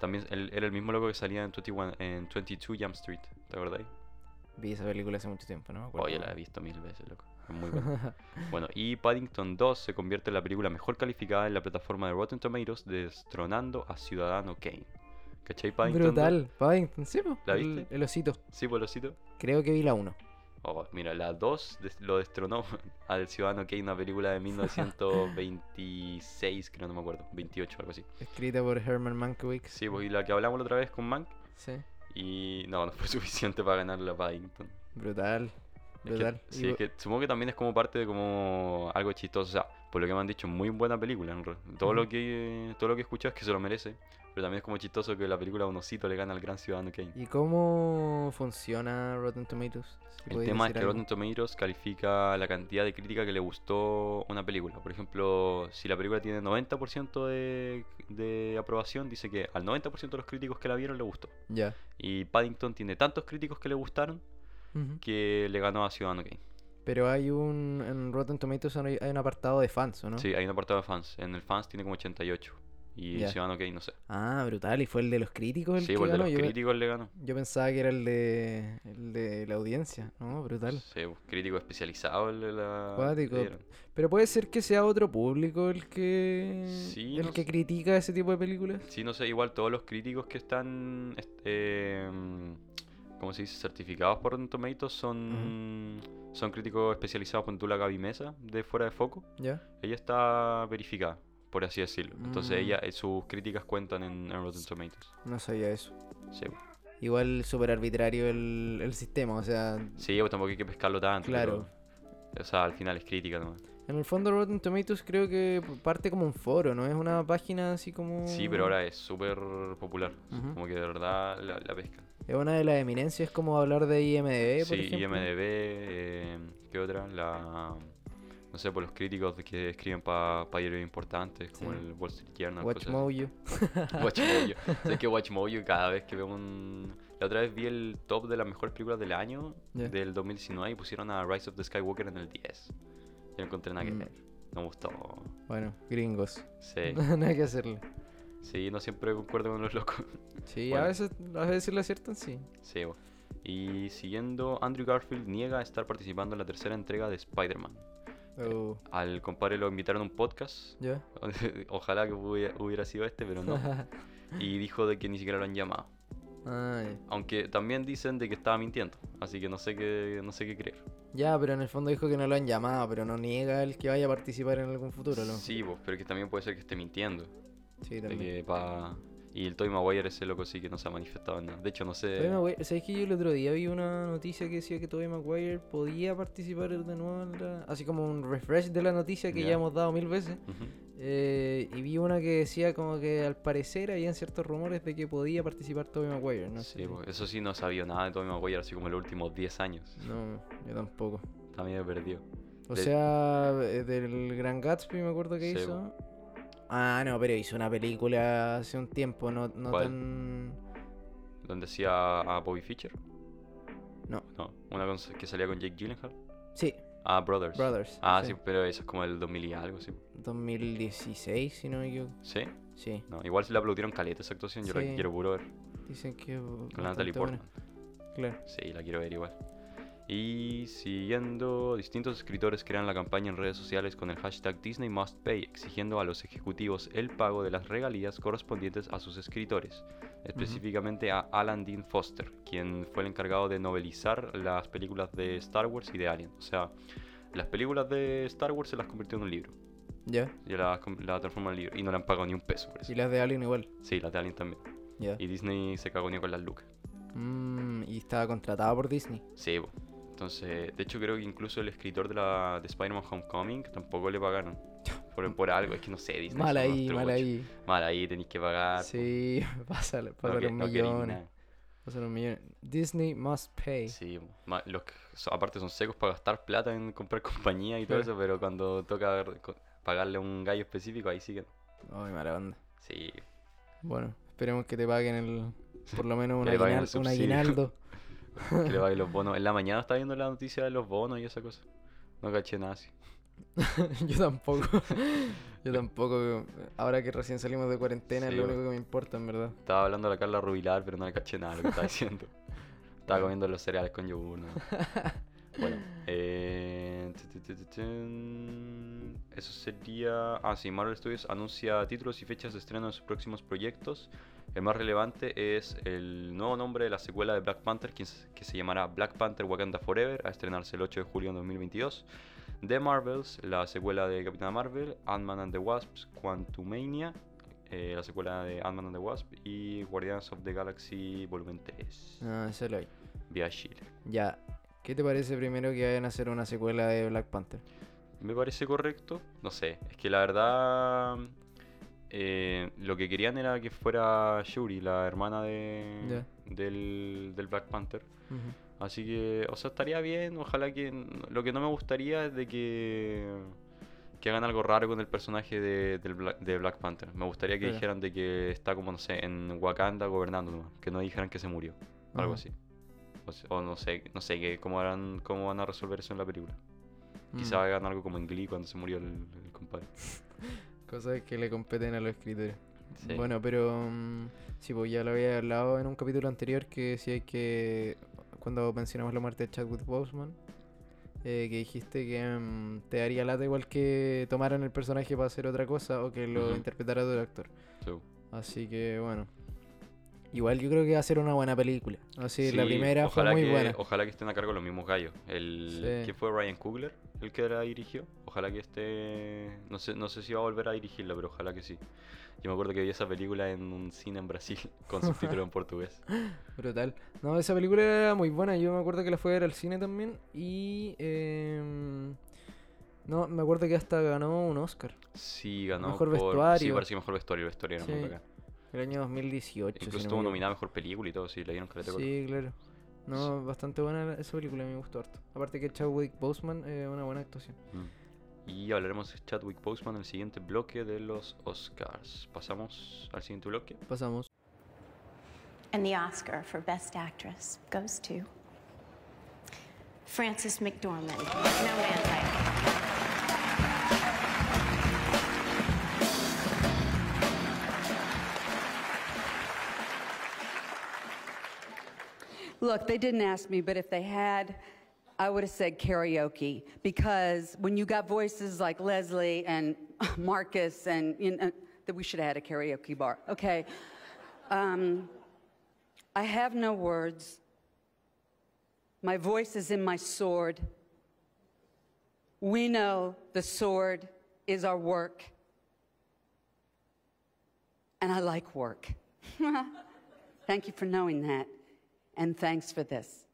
Speaker 1: También él- era el mismo loco que salía en, 21, en 22 Jump Street, ¿te acordáis?
Speaker 2: Vi esa película hace mucho tiempo, ¿no? me acuerdo
Speaker 1: Oye, la he
Speaker 2: ahora.
Speaker 1: visto mil veces, loco. Es muy buena. bueno, y Paddington 2 se convierte en la película mejor calificada en la plataforma de Rotten Tomatoes, destronando a Ciudadano Kane. ¿Cachai, Paddington? 2?
Speaker 2: Brutal. Paddington, sí, po,
Speaker 1: ¿La
Speaker 2: el,
Speaker 1: viste?
Speaker 2: el osito.
Speaker 1: Sí, bolosito.
Speaker 2: Creo que vi la 1.
Speaker 1: Oh, mira, la 2 des- lo destronó al Ciudadano Kane, una película de 1926, creo, no me acuerdo, 28, algo así.
Speaker 2: Escrita por Herman Mankiewicz.
Speaker 1: Sí, pues, y la que hablamos la otra vez con Mank,
Speaker 2: Sí.
Speaker 1: y no, no fue suficiente para ganar la Paddington.
Speaker 2: Brutal.
Speaker 1: Es que-
Speaker 2: Brutal. Y
Speaker 1: sí, es
Speaker 2: bu-
Speaker 1: que supongo que también es como parte de como algo chistoso. O sea, por lo que me han dicho, muy buena película. en re- Todo lo
Speaker 2: Ujú.
Speaker 1: que todo lo que he escuchado es que se lo merece. Pero también es como chistoso que la película Un osito le gana al gran ciudadano Kane.
Speaker 2: ¿Y cómo funciona Rotten Tomatoes? Si
Speaker 1: El
Speaker 2: podéis
Speaker 1: tema es
Speaker 2: decir
Speaker 1: que
Speaker 2: algo.
Speaker 1: Rotten Tomatoes califica la cantidad de crítica que le gustó una película. Por ejemplo, si la película tiene 90% de, de aprobación, dice que al 90% de los críticos que la vieron le gustó.
Speaker 2: Ya.
Speaker 1: Y Paddington tiene tantos críticos que le gustaron
Speaker 2: Ujú.
Speaker 1: que le ganó a Ciudadano Kane.
Speaker 2: Pero hay un. En Rotten Tomatoes hay hay un apartado de fans, ¿o no?
Speaker 1: Sí, hay un apartado de fans. En el fans tiene como 88. Y
Speaker 2: Ya.
Speaker 1: Ciudadano Kane, no sé.
Speaker 2: Ah, brutal. ¿Y fue el de los críticos el
Speaker 1: Sí,
Speaker 2: que
Speaker 1: pues el de
Speaker 2: ganó?
Speaker 1: los
Speaker 2: Yo pe-
Speaker 1: críticos le ganó.
Speaker 2: Yo pensaba que era el de, el de la audiencia, ¿no? Brutal.
Speaker 1: Sí, pues, crítico especializado el de la.
Speaker 2: Cuático.
Speaker 1: le dieron.
Speaker 2: Pero puede ser que sea otro público el que
Speaker 1: Sí,
Speaker 2: el
Speaker 1: no
Speaker 2: que
Speaker 1: sé.
Speaker 2: critica ese tipo de películas.
Speaker 1: Sí, no sé, igual todos los críticos que están. est- eh, ¿cómo se dice? Certificados por Rotten Tomatoes son, son críticos especializados. Pon tú la Gaby Mesa de Fuera de Foco.
Speaker 2: ¿Ya?
Speaker 1: Ella está verificada, por así decirlo. Entonces
Speaker 2: Mm.
Speaker 1: ella, eh, sus críticas cuentan en, en Rotten Tomatoes.
Speaker 2: No sabía eso.
Speaker 1: Sí, pues. bo.
Speaker 2: Igual súper arbitrario el, el sistema, o sea,
Speaker 1: sí bo, tampoco hay que pescarlo tanto.
Speaker 2: Claro.
Speaker 1: pero, o sea, al final es crítica nomás.
Speaker 2: en el fondo Rotten Tomatoes creo que parte como un foro, ¿no? Es una página así como...
Speaker 1: Sí, pero ahora es súper popular.
Speaker 2: Ujú.
Speaker 1: Como que de verdad la, la pescan.
Speaker 2: Es una de las eminencias como hablar de IMDB, por
Speaker 1: sí,
Speaker 2: ejemplo.
Speaker 1: IMDB, eh, ¿qué otra? La, no sé, por los críticos que escriben para diarios importantes, como
Speaker 2: Sí.
Speaker 1: el Wall Street Journal. cosas así.
Speaker 2: WatchMojo.
Speaker 1: WatchMojo. Sé que WatchMojo cada vez que veo un... La otra vez vi el top de las mejores películas del año,
Speaker 2: Ya.
Speaker 1: del 2019, y pusieron a Rise of the Skywalker en el 10. Yo no encontré nada que
Speaker 2: Mm.
Speaker 1: ver. No me gustó.
Speaker 2: Bueno, gringos.
Speaker 1: Sí,
Speaker 2: Nada que hacerle.
Speaker 1: sí, no siempre concuerdo con los locos.
Speaker 2: Sí,
Speaker 1: Bueno.
Speaker 2: a veces a veces lo aciertan, sí.
Speaker 1: Sí, bo. Y siguiendo, Andrew Garfield niega estar participando en la tercera entrega de Spider-Man.
Speaker 2: Oh,
Speaker 1: Al compadre lo invitaron a un podcast.
Speaker 2: ¿Ya?
Speaker 1: Ojalá que hubiera hubiera sido este, pero no. Y dijo de que ni siquiera lo han llamado.
Speaker 2: Ay.
Speaker 1: Aunque también dicen de que estaba mintiendo, así que no sé qué, no sé qué creer.
Speaker 2: Ya, pero en el fondo dijo que no lo han llamado, pero no niega el que vaya a participar en algún futuro, ¿no?
Speaker 1: Sí, vos, pero que también puede ser que esté mintiendo.
Speaker 2: Sí,
Speaker 1: de
Speaker 2: también.
Speaker 1: que pa- Y el Toy Maguire, ese loco sí que no se ha manifestado en nada. De hecho, no sé.
Speaker 2: Tobey Maguire- ¿Sabes que yo el otro día vi una noticia que decía que Tobey Maguire podía participar de nuevo en la- Así como un refresh de la noticia que
Speaker 1: Ya.
Speaker 2: ya hemos dado mil veces.
Speaker 1: Ujú.
Speaker 2: Eh, y vi una que decía como que al parecer habían ciertos rumores de que podía participar Tobey Maguire, no sé.
Speaker 1: Sí, pues. vos, Eso sí, no sabía nada de Toy Maguire, así como en los últimos 10 años.
Speaker 2: No, yo tampoco.
Speaker 1: También me perdió.
Speaker 2: O
Speaker 1: De-
Speaker 2: sea, eh, del Gran Gatsby me acuerdo que
Speaker 1: Sí, pues.
Speaker 2: hizo.
Speaker 1: bo.
Speaker 2: Ah, no, pero hizo una película hace un tiempo, no, no
Speaker 1: ¿Cuál?
Speaker 2: tan...
Speaker 1: Donde hacía a Bobby Fischer.
Speaker 2: No.
Speaker 1: No, una con- que salía con Jake Gyllenhaal.
Speaker 2: Sí,
Speaker 1: Ah, Brothers.
Speaker 2: Brothers.
Speaker 1: Ah, sí. pero eso es como el 2000 y algo, sí.
Speaker 2: 2016, si no me equivoco.
Speaker 1: ¿Sí?
Speaker 2: Sí,
Speaker 1: No, igual se le aplaudieron caleta esa actuación, yo la
Speaker 2: Sí.
Speaker 1: quiero puro ver.
Speaker 2: dicen que... es
Speaker 1: Con
Speaker 2: bastante
Speaker 1: Natalie
Speaker 2: buena.
Speaker 1: Portman.
Speaker 2: Claro.
Speaker 1: Sí, la quiero ver igual. Y siguiendo, distintos escritores crean la campaña en redes sociales con el hashtag Disney Must Pay, exigiendo a los ejecutivos el pago de las regalías correspondientes a sus escritores, específicamente a Alan Dean Foster, quien fue el encargado de novelizar las películas de Star Wars y de Alien. O sea, las películas de Star Wars se las convirtió en un libro,
Speaker 2: Ya.
Speaker 1: y las la transformó en libro, y no le han pagado ni un peso por eso.
Speaker 2: Y las de Alien igual.
Speaker 1: Sí, las de Alien también.
Speaker 2: Ya.
Speaker 1: Y Disney se cagó ni con las lucas.
Speaker 2: Mm, y estaba contratada por Disney.
Speaker 1: Sí, po. entonces, de hecho creo que incluso el escritor de, la, de Spider-Man Homecoming tampoco le pagaron por, por algo, es que no sé, Disney.
Speaker 2: mal
Speaker 1: son
Speaker 2: ahí,
Speaker 1: unos
Speaker 2: mal
Speaker 1: truchos.
Speaker 2: ahí.
Speaker 1: Mal ahí, tenéis que pagar.
Speaker 2: Sí, pasa,
Speaker 1: po. pues. No
Speaker 2: pasa
Speaker 1: que-
Speaker 2: los
Speaker 1: no queréis
Speaker 2: millones.
Speaker 1: nada.
Speaker 2: Pasa los millones. Disney must pay.
Speaker 1: Sí, po. Ma- los que so- aparte son secos para gastar plata en comprar compañía y todo
Speaker 2: Claro.
Speaker 1: eso, pero cuando toca ver- co- pagarle a un gallo específico, ahí sí que...
Speaker 2: Ay, mala onda.
Speaker 1: Sí,
Speaker 2: Bueno, esperemos que te paguen el, por lo menos un,
Speaker 1: Que le paguen el
Speaker 2: aguinal- un
Speaker 1: subsidio.
Speaker 2: aguinaldo.
Speaker 1: que le paguen los bonos. En la mañana estaba viendo la noticia de los bonos y esa cosa. No caché nada así.
Speaker 2: Yo tampoco. Yo tampoco. Ahora que recién salimos de cuarentena
Speaker 1: Sí, pues.
Speaker 2: es lo
Speaker 1: bueno.
Speaker 2: único que me importa, en verdad.
Speaker 1: Estaba hablando a la Carla Rubilar, pero no le caché nada de lo que estaba diciendo. estaba comiendo los cereales con yogur. ¿no? Bueno, eh, tu, tu, tu, tu, tun. eso sería. Ah, sí, Marvel Studios anuncia títulos y fechas de estreno de sus próximos proyectos. El más relevante es el nuevo nombre de la secuela de Black Panther, que se- que se llamará Black Panther Wakanda Forever, a estrenarse el 8 de julio de 2022. The Marvels, la secuela de Capitana Marvel, Ant-Man and the Wasps, Quantumania, eh, la secuela de Ant-Man and the Wasp y Guardians of the Galaxy Volumen 3.
Speaker 2: Ah, eso lo hay.
Speaker 1: Vía Chile.
Speaker 2: Ya. ¿Qué te parece primero que vayan a hacer una secuela de Black Panther?
Speaker 1: Me parece correcto. No sé, es que la verdad. eh, lo que querían era que fuera Shuri, la hermana de,
Speaker 2: Ya.
Speaker 1: del, del Black Panther. Así que, o sea, estaría bien. Ojalá que. Lo que no me gustaría es de que. Que hagan algo raro con el personaje de, del Bla- de Black Panther. Me gustaría que
Speaker 2: Claro.
Speaker 1: dijeran de que está como, no sé, en Wakanda gobernando nomás, Que no dijeran que se murió. Algo
Speaker 2: Ajá.
Speaker 1: así. O, se- o no sé, no sé qué, cómo, harán, cómo van a resolver eso en la película. Quizá hagan algo como en Glee cuando se murió el, el compadre.
Speaker 2: Mm, Cosas que le competen a los escritores.
Speaker 1: Sí.
Speaker 2: Bueno, pero. mm, sí, pues ya lo había hablado en un capítulo anterior que sí hay que. Cuando mencionamos la muerte de Chadwick Boseman. eh, que dijiste que mm, te haría lata igual que tomaran el personaje para hacer otra cosa o que lo
Speaker 1: Ujú.
Speaker 2: interpretara otro actor.
Speaker 1: Sí.
Speaker 2: Así que bueno. Igual yo creo que va a ser una buena película. Así, la
Speaker 1: Sí,
Speaker 2: primera fue
Speaker 1: ojalá
Speaker 2: muy
Speaker 1: que,
Speaker 2: buena.
Speaker 1: Ojalá que estén a cargo los mismos gallos. El,
Speaker 2: Sí.
Speaker 1: ¿Quién fue Ryan Coogler? El que la dirigió. Ojalá que esté. No sé, no sé si va a volver a dirigirla, pero ojalá que sí. Yo me acuerdo que vi esa película en un cine en Brasil con subtítulos en portugués.
Speaker 2: Brutal. No, esa película era muy buena. Yo me acuerdo que la fue a ver al cine también. Y. em, no, me acuerdo que hasta ganó un Oscar.
Speaker 1: Sí, ganó.
Speaker 2: Mejor
Speaker 1: por- Sí,
Speaker 2: vestuario.
Speaker 1: parece que mejor vestuario. El vestuario era muy
Speaker 2: Sí,
Speaker 1: bacán.
Speaker 2: El año 2018. si
Speaker 1: Incluso
Speaker 2: no
Speaker 1: estuvo
Speaker 2: me equivoco.
Speaker 1: nominada a mejor película y todo. Sí, le dieron caleta de color.
Speaker 2: Sí, claro. No, bastante buena la- esa película, me gustó harto. Aparte que Chadwick Boseman es una buena actuación.
Speaker 1: Mm. Y hablaremos de Chadwick Boseman en el siguiente bloque de los Oscars. Pasamos al siguiente bloque.
Speaker 2: Pasamos.
Speaker 3: And the Oscar for Best Actress goes to Frances McDormand, No Man Like.
Speaker 4: Look, they didn't ask me, but if they had, I would have said karaoke because when you got voices like Leslie and Marcus and you know, that we should have had a karaoke bar. Okay. Um, I have no words. My voice is in my sword. We know the sword is our work. And I like work. Thank you for knowing that. And thanks for this.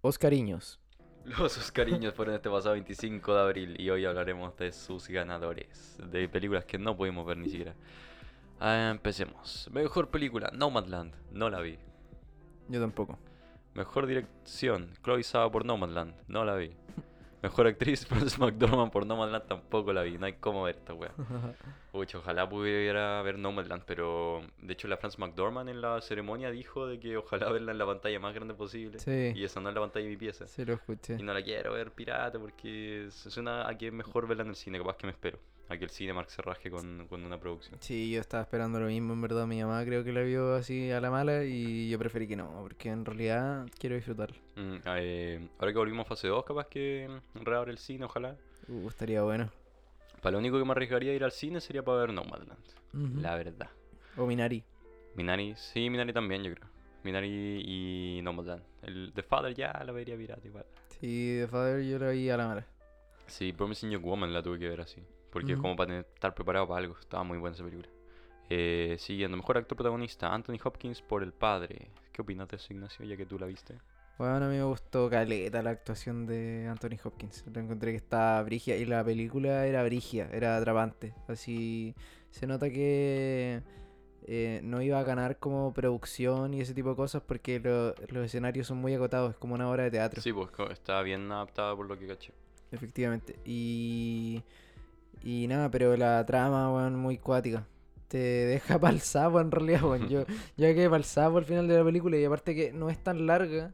Speaker 2: Oscariños.
Speaker 1: Los Oscariños fueron este pasado 25 de abril y hoy hablaremos de sus ganadores, de películas que no pudimos ver ni siquiera. Ah, empecemos. Mejor película, Nomadland, no la vi.
Speaker 2: Yo tampoco.
Speaker 1: Mejor dirección, Chloe Zhao por Nomadland, no la vi. Mejor actriz, Frances McDormand por Nomadland, tampoco la vi. No hay cómo ver esta wea. Pucha, ojalá pudiera ver Nomadland, pero de hecho la Frances McDormand en la ceremonia dijo de que ojalá verla en la pantalla más grande posible.
Speaker 2: Sí.
Speaker 1: Y esa no es la pantalla de mi pieza.
Speaker 2: Se lo escuché.
Speaker 1: Y no la quiero ver pirata porque es- suena a que es mejor verla en el cine, capaz que me espero. A que el cine Mark se raje con, con una producción.
Speaker 2: Sí, yo estaba esperando lo mismo, en verdad. Mi mamá creo que la vio así a la mala y yo preferí que no, porque en realidad quiero disfrutar.
Speaker 1: Mm, eh, ahora que volvimos a fase 2, capaz que mm, reabre el cine, ojalá.
Speaker 2: Uh, estaría bueno.
Speaker 1: Para lo único que me arriesgaría a ir al cine sería para ver Nomadland.
Speaker 2: Ujú.
Speaker 1: La verdad.
Speaker 2: O Minari.
Speaker 1: Minari, sí, Minari también, yo creo. Minari y Nomadland. El The Father ya la vería pirata igual.
Speaker 2: Sí, The Father yo la vi a la mala.
Speaker 1: Sí, Promising Young Woman la tuve que ver así. Porque es
Speaker 2: Ujú.
Speaker 1: como para tener- estar preparado para algo. Estaba muy buena esa película. Eh, siguiendo, mejor actor protagonista, Anthony Hopkins por El Padre. ¿Qué opinas de eso, Ignacio, ya que tú la viste?
Speaker 2: Bueno, a mí me gustó caleta la actuación de Anthony Hopkins. Lo encontré que está brigia y la película era brigia, era atrapante. Así se nota que eh, no iba a ganar como producción y ese tipo de cosas porque lo- los escenarios son muy acotados, es como una obra de teatro.
Speaker 1: Sí, pues co- está bien adaptada por lo que caché.
Speaker 2: Efectivamente. Y. Y nada, pero la trama, weón, muy cuática. Te deja pa'l sapo en realidad, weón. Yo, yo quedé pa'l sapo al final de la película y aparte que no es tan larga,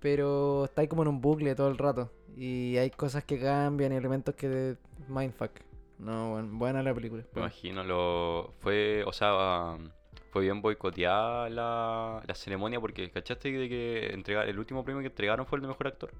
Speaker 2: pero está ahí como en un bucle todo el rato. Y hay cosas que cambian y elementos que. te- Mindfuck. No, weón, buena la película.
Speaker 1: Me
Speaker 2: buena.
Speaker 1: imagino, lo... fue, o sea, um, fue bien boicoteada la, la ceremonia porque, ¿cachaste? De que entregar, el último premio que entregaron fue el de mejor actor.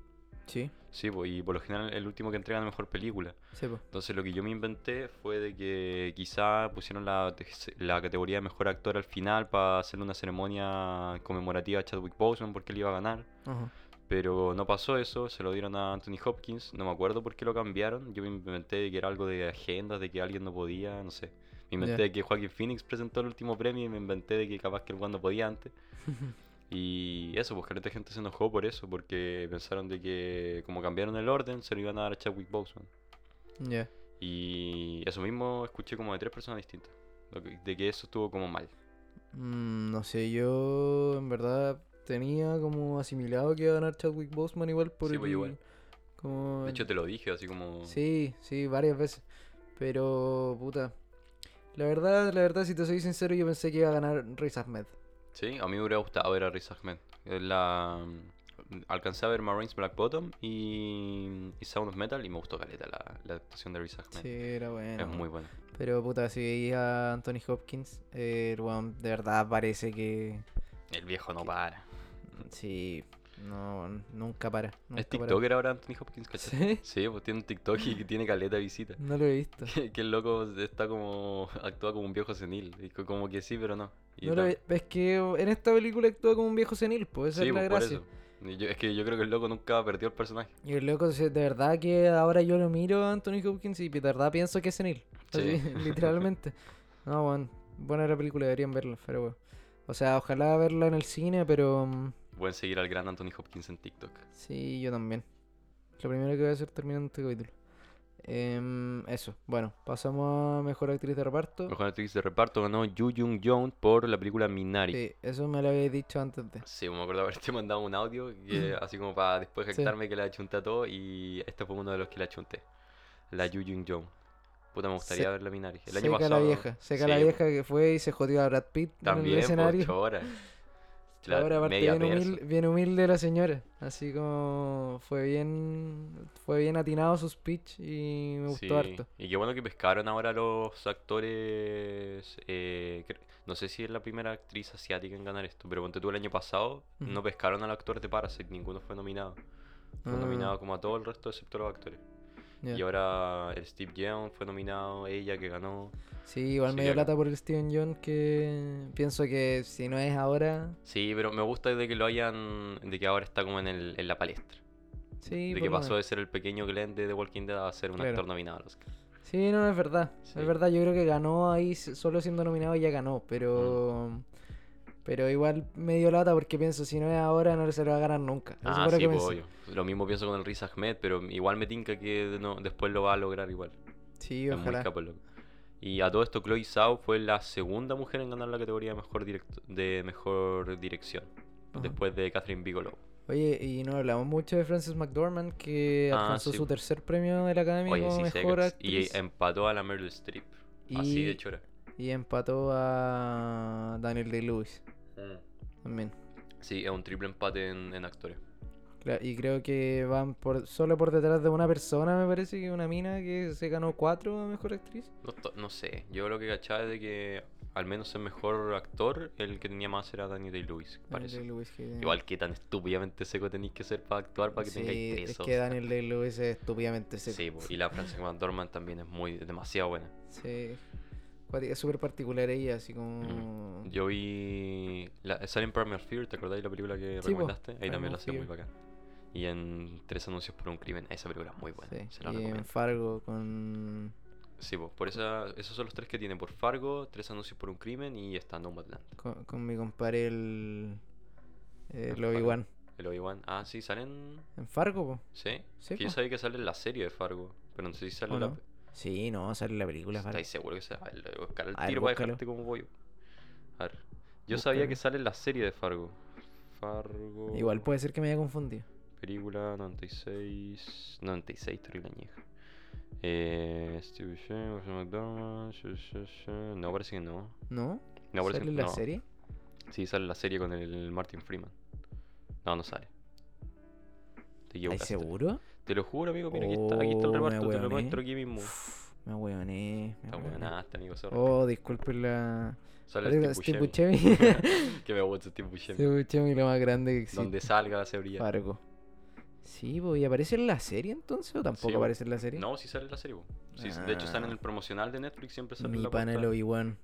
Speaker 2: Sí,
Speaker 1: Sí, pues, y por lo general el último que entregan es mejor película.
Speaker 2: sí, po.
Speaker 1: Entonces lo que yo me inventé fue de que quizá pusieron la, te- la categoría de mejor actor al final para hacerle una ceremonia conmemorativa a Chadwick Boseman porque él iba a ganar.
Speaker 2: Ajá.
Speaker 1: Pero no pasó eso, se lo dieron a Anthony Hopkins, no me acuerdo por qué lo cambiaron. Yo me inventé de que era algo de agendas, de que alguien no podía, no sé. Me inventé
Speaker 2: Ya.
Speaker 1: de que Joaquín Phoenix presentó el último premio y me inventé de que capaz que el Juan no podía antes. y eso, pues caleta gente se enojó por eso, porque pensaron de que como cambiaron el orden, se lo iban a dar a Chadwick Boseman.
Speaker 2: Ya.
Speaker 1: Y eso mismo escuché como de tres personas distintas. lo que- De que eso estuvo como mal.
Speaker 2: Mm, no sé, yo en verdad tenía como asimilado que iba a ganar Chadwick Boseman igual por
Speaker 1: Sí, pues, igual.
Speaker 2: el- Como
Speaker 1: De
Speaker 2: el-
Speaker 1: hecho te lo dije, así como...
Speaker 2: Sí, sí, varias veces. Pero, puta. La verdad, la verdad, si te soy sincero, yo pensé que iba a ganar Riz Ahmed.
Speaker 1: Sí, a mí me hubiera gustado ver a Riz Ahmed. Eh, La... mm, Alcancé a ver Marines Black Bottom y, y Sound of Metal y me gustó caleta la, la actuación de Riz Ahmed.
Speaker 2: Sí, era bueno.
Speaker 1: es muy buena.
Speaker 2: Pero, puta, si veía a Anthony Hopkins, eh, el weón de verdad parece que.
Speaker 1: El viejo no
Speaker 2: Que-
Speaker 1: para.
Speaker 2: Sí. No, weón, nunca para. nunca
Speaker 1: Mm. Es
Speaker 2: para.
Speaker 1: TikToker ahora Anthony Hopkins, ¿cachai?
Speaker 2: ¿Sí?
Speaker 1: Sí, pues tiene un TikTok y tiene caleta de visita.
Speaker 2: No lo he visto.
Speaker 1: Que, que el loco está como. actúa como un viejo senil. y co- Como que sí, pero no. Y
Speaker 2: No lo
Speaker 1: tam-
Speaker 2: he- Es que en esta película actúa como un viejo senil, pues esa
Speaker 1: Sí,
Speaker 2: es la
Speaker 1: pues, por
Speaker 2: gracia.
Speaker 1: eso. Y yo- es que yo creo que el loco nunca perdió el personaje.
Speaker 2: Y el loco, se- de verdad que ahora yo lo miro a Anthony Hopkins y de verdad pienso que es senil. Así,
Speaker 1: Sí.
Speaker 2: literalmente. No, bueno, buena la película, deberían verla, pero bueno. O sea, ojalá verla en el cine, pero mm,
Speaker 1: Pueden seguir al gran Anthony Hopkins en TikTok.
Speaker 2: sí, yo también. Lo primero que voy a hacer terminando este capítulo. Em, eso, bueno, pasamos a mejor actriz de reparto.
Speaker 1: Mejor actriz de reparto ganó Yu Jung Young por la película Minari. Sí.
Speaker 2: Sí, eso me lo habéis dicho antes de.
Speaker 1: me acuerdo haberte mandado un audio, que- así como para después
Speaker 2: Sí.
Speaker 1: jactarme que la chunté a todo, y este fue uno de los que la chunté. La Yu Jung Young. Puta, me gustaría
Speaker 2: Se-
Speaker 1: ver la Minari. El año
Speaker 2: seca
Speaker 1: pasado.
Speaker 2: la vieja, seca la
Speaker 1: sí,
Speaker 2: vieja que fue y se jodió a Brad Pitt en
Speaker 1: También,
Speaker 2: el
Speaker 1: por
Speaker 2: escenario.
Speaker 1: chora. La
Speaker 2: Ahora aparte
Speaker 1: media
Speaker 2: bien,
Speaker 1: persa.
Speaker 2: humil- bien humilde la señora, así como fue bien fue bien atinado su speech y me gustó
Speaker 1: Sí,
Speaker 2: harto.
Speaker 1: Y qué bueno que pescaron ahora los actores. eh, cre- no sé si es la primera actriz asiática en ganar esto, pero ponte tú el año pasado, no
Speaker 2: Ujú.
Speaker 1: pescaron al actor de Parasite, ninguno fue nominado. Fue
Speaker 2: Ah.
Speaker 1: nominado como a todo el resto excepto los actores.
Speaker 2: Ya.
Speaker 1: Y ahora el Steve Young fue nominado, ella que ganó.
Speaker 2: Sí, igual
Speaker 1: sí,
Speaker 2: medio
Speaker 1: ya no.
Speaker 2: lata por el Steven John que pienso que si no es ahora,
Speaker 1: Sí, pero me gusta de que lo hayan. de que ahora está como en, el- en la palestra.
Speaker 2: sí,
Speaker 1: de
Speaker 2: por
Speaker 1: que
Speaker 2: lo
Speaker 1: pasó
Speaker 2: menos.
Speaker 1: de ser el pequeño Glenn de The Walking Dead a ser un
Speaker 2: Claro.
Speaker 1: actor nominado al Oscar.
Speaker 2: Sí, no, es verdad.
Speaker 1: Sí.
Speaker 2: Es verdad, yo creo que ganó ahí s- solo siendo nominado ya ganó, pero
Speaker 1: Mm.
Speaker 2: pero igual medio lata porque pienso si no es ahora no se lo va a ganar nunca. Eso
Speaker 1: Ah,
Speaker 2: fue lo
Speaker 1: sí,
Speaker 2: que
Speaker 1: pues,
Speaker 2: pensé.
Speaker 1: obvio. Lo mismo pienso con el Riz Ahmed, pero igual me tinca que no- después lo va a lograr igual.
Speaker 2: Sí,
Speaker 1: Es muy
Speaker 2: ojalá.
Speaker 1: capo el loco. Y a todo esto, Chloe Zhao fue la segunda mujer en ganar la categoría de mejor, direct- de mejor dirección.
Speaker 2: Ajá.
Speaker 1: Después de Catherine Bigelow.
Speaker 2: Oye, y no hablamos mucho de Frances McDormand, que
Speaker 1: Ah,
Speaker 2: alcanzó
Speaker 1: sí,
Speaker 2: su
Speaker 1: po.
Speaker 2: tercer premio de la Academia
Speaker 1: Oye,
Speaker 2: como
Speaker 1: sí,
Speaker 2: mejor
Speaker 1: secas. Y em-
Speaker 2: actriz.
Speaker 1: empató a la Meryl Streep. Así de
Speaker 2: Y-
Speaker 1: chora.
Speaker 2: y empató a Daniel Day-Lewis también.
Speaker 1: Sí, es un triple empate en, en actores.
Speaker 2: Cla- Y creo que van por solo por detrás de una persona, me parece, que una mina que se ganó cuatro a mejor actriz.
Speaker 1: No, to- no sé, yo lo que cachaba es de que al menos el mejor actor, el que tenía más era Daniel Day-Lewis,
Speaker 2: Daniel
Speaker 1: parece.
Speaker 2: Day-Lewis que-
Speaker 1: Igual que tan estúpidamente seco tenéis que ser para actuar para que
Speaker 2: Sí,
Speaker 1: tengáis tres
Speaker 2: es
Speaker 1: Oscars.
Speaker 2: que Daniel Day-Lewis es estúpidamente seco.
Speaker 1: Sí, po, y la Frances McDormand también es muy es demasiado buena.
Speaker 2: Sí. Cuática, Es súper particular ella, así como...
Speaker 1: Mm, Yo vi la, sale en Primal Fear, ¿te acordáis la película que
Speaker 2: Sí, po,
Speaker 1: recomendaste? Ahí también
Speaker 2: Primal
Speaker 1: la hacía muy
Speaker 2: Fear.
Speaker 1: bacán. Y en Tres anuncios por un crimen, esa película es muy buena.
Speaker 2: Sí,
Speaker 1: Se la
Speaker 2: y en
Speaker 1: recomiendo.
Speaker 2: Fargo con...
Speaker 1: Sí, po, por esa, esos son los tres que tiene, por Fargo, Tres anuncios por un crimen y está Nomadland.
Speaker 2: con, con mi compadre el, eh, el
Speaker 1: Fargo.
Speaker 2: Obi-Wan.
Speaker 1: El Obi-Wan, ah, sí, salen,
Speaker 2: ¿En Fargo, po?
Speaker 1: ¿sí?
Speaker 2: Sí,
Speaker 1: Que yo
Speaker 2: po.
Speaker 1: sabía que sale en la serie de Fargo, pero no sé si sale
Speaker 2: ¿O
Speaker 1: en la...
Speaker 2: no? Sí, no, sale la película Fargo.
Speaker 1: ¿Estáis seguro que se va a buscar el
Speaker 2: A ver,
Speaker 1: tiro para
Speaker 2: búscalo.
Speaker 1: dejarte como voy? A ver, yo sabía que
Speaker 2: Búscalo.
Speaker 1: sale en la serie de Fargo. Fargo...
Speaker 2: Igual puede ser que me haya confundido.
Speaker 1: Película 96. 96, terrible añeja. Eh, Steve Shane, Wilson McDormand. sh- sh- sh- No, parece que no.
Speaker 2: ¿No?
Speaker 1: No, parece
Speaker 2: ¿Sale
Speaker 1: que
Speaker 2: en la
Speaker 1: no.
Speaker 2: serie?
Speaker 1: Sí, sale la serie con el Martin Freeman. No, no sale. Te
Speaker 2: ¿Estás
Speaker 1: equivocaste.
Speaker 2: seguro?
Speaker 1: Te lo juro, amigo. Mira, aquí está, aquí está el
Speaker 2: Oh, me
Speaker 1: reparto. Te lo
Speaker 2: hueoné.
Speaker 1: muestro aquí mismo.
Speaker 2: Me hueoné. Me
Speaker 1: Está
Speaker 2: hueoné.
Speaker 1: buenaste, amigo. sorry.
Speaker 2: Oh, disculpen la...
Speaker 1: Sale Steve
Speaker 2: parece Steve
Speaker 1: Buscemi.
Speaker 2: Buscemi.
Speaker 1: que me gusta Steve Buscemi.
Speaker 2: Steve Buscemi, lo más grande que existe.
Speaker 1: Donde salga la serie.
Speaker 2: Fargo. Sí, po, ¿y aparece en la serie entonces o tampoco
Speaker 1: po.
Speaker 2: aparece en la serie?
Speaker 1: No, sí sale en la serie. po. Sí, De hecho, sale en el promocional de Netflix. Siempre sale
Speaker 2: Ah. Mi
Speaker 1: la
Speaker 2: pana el
Speaker 1: portada.
Speaker 2: Obi-Wan.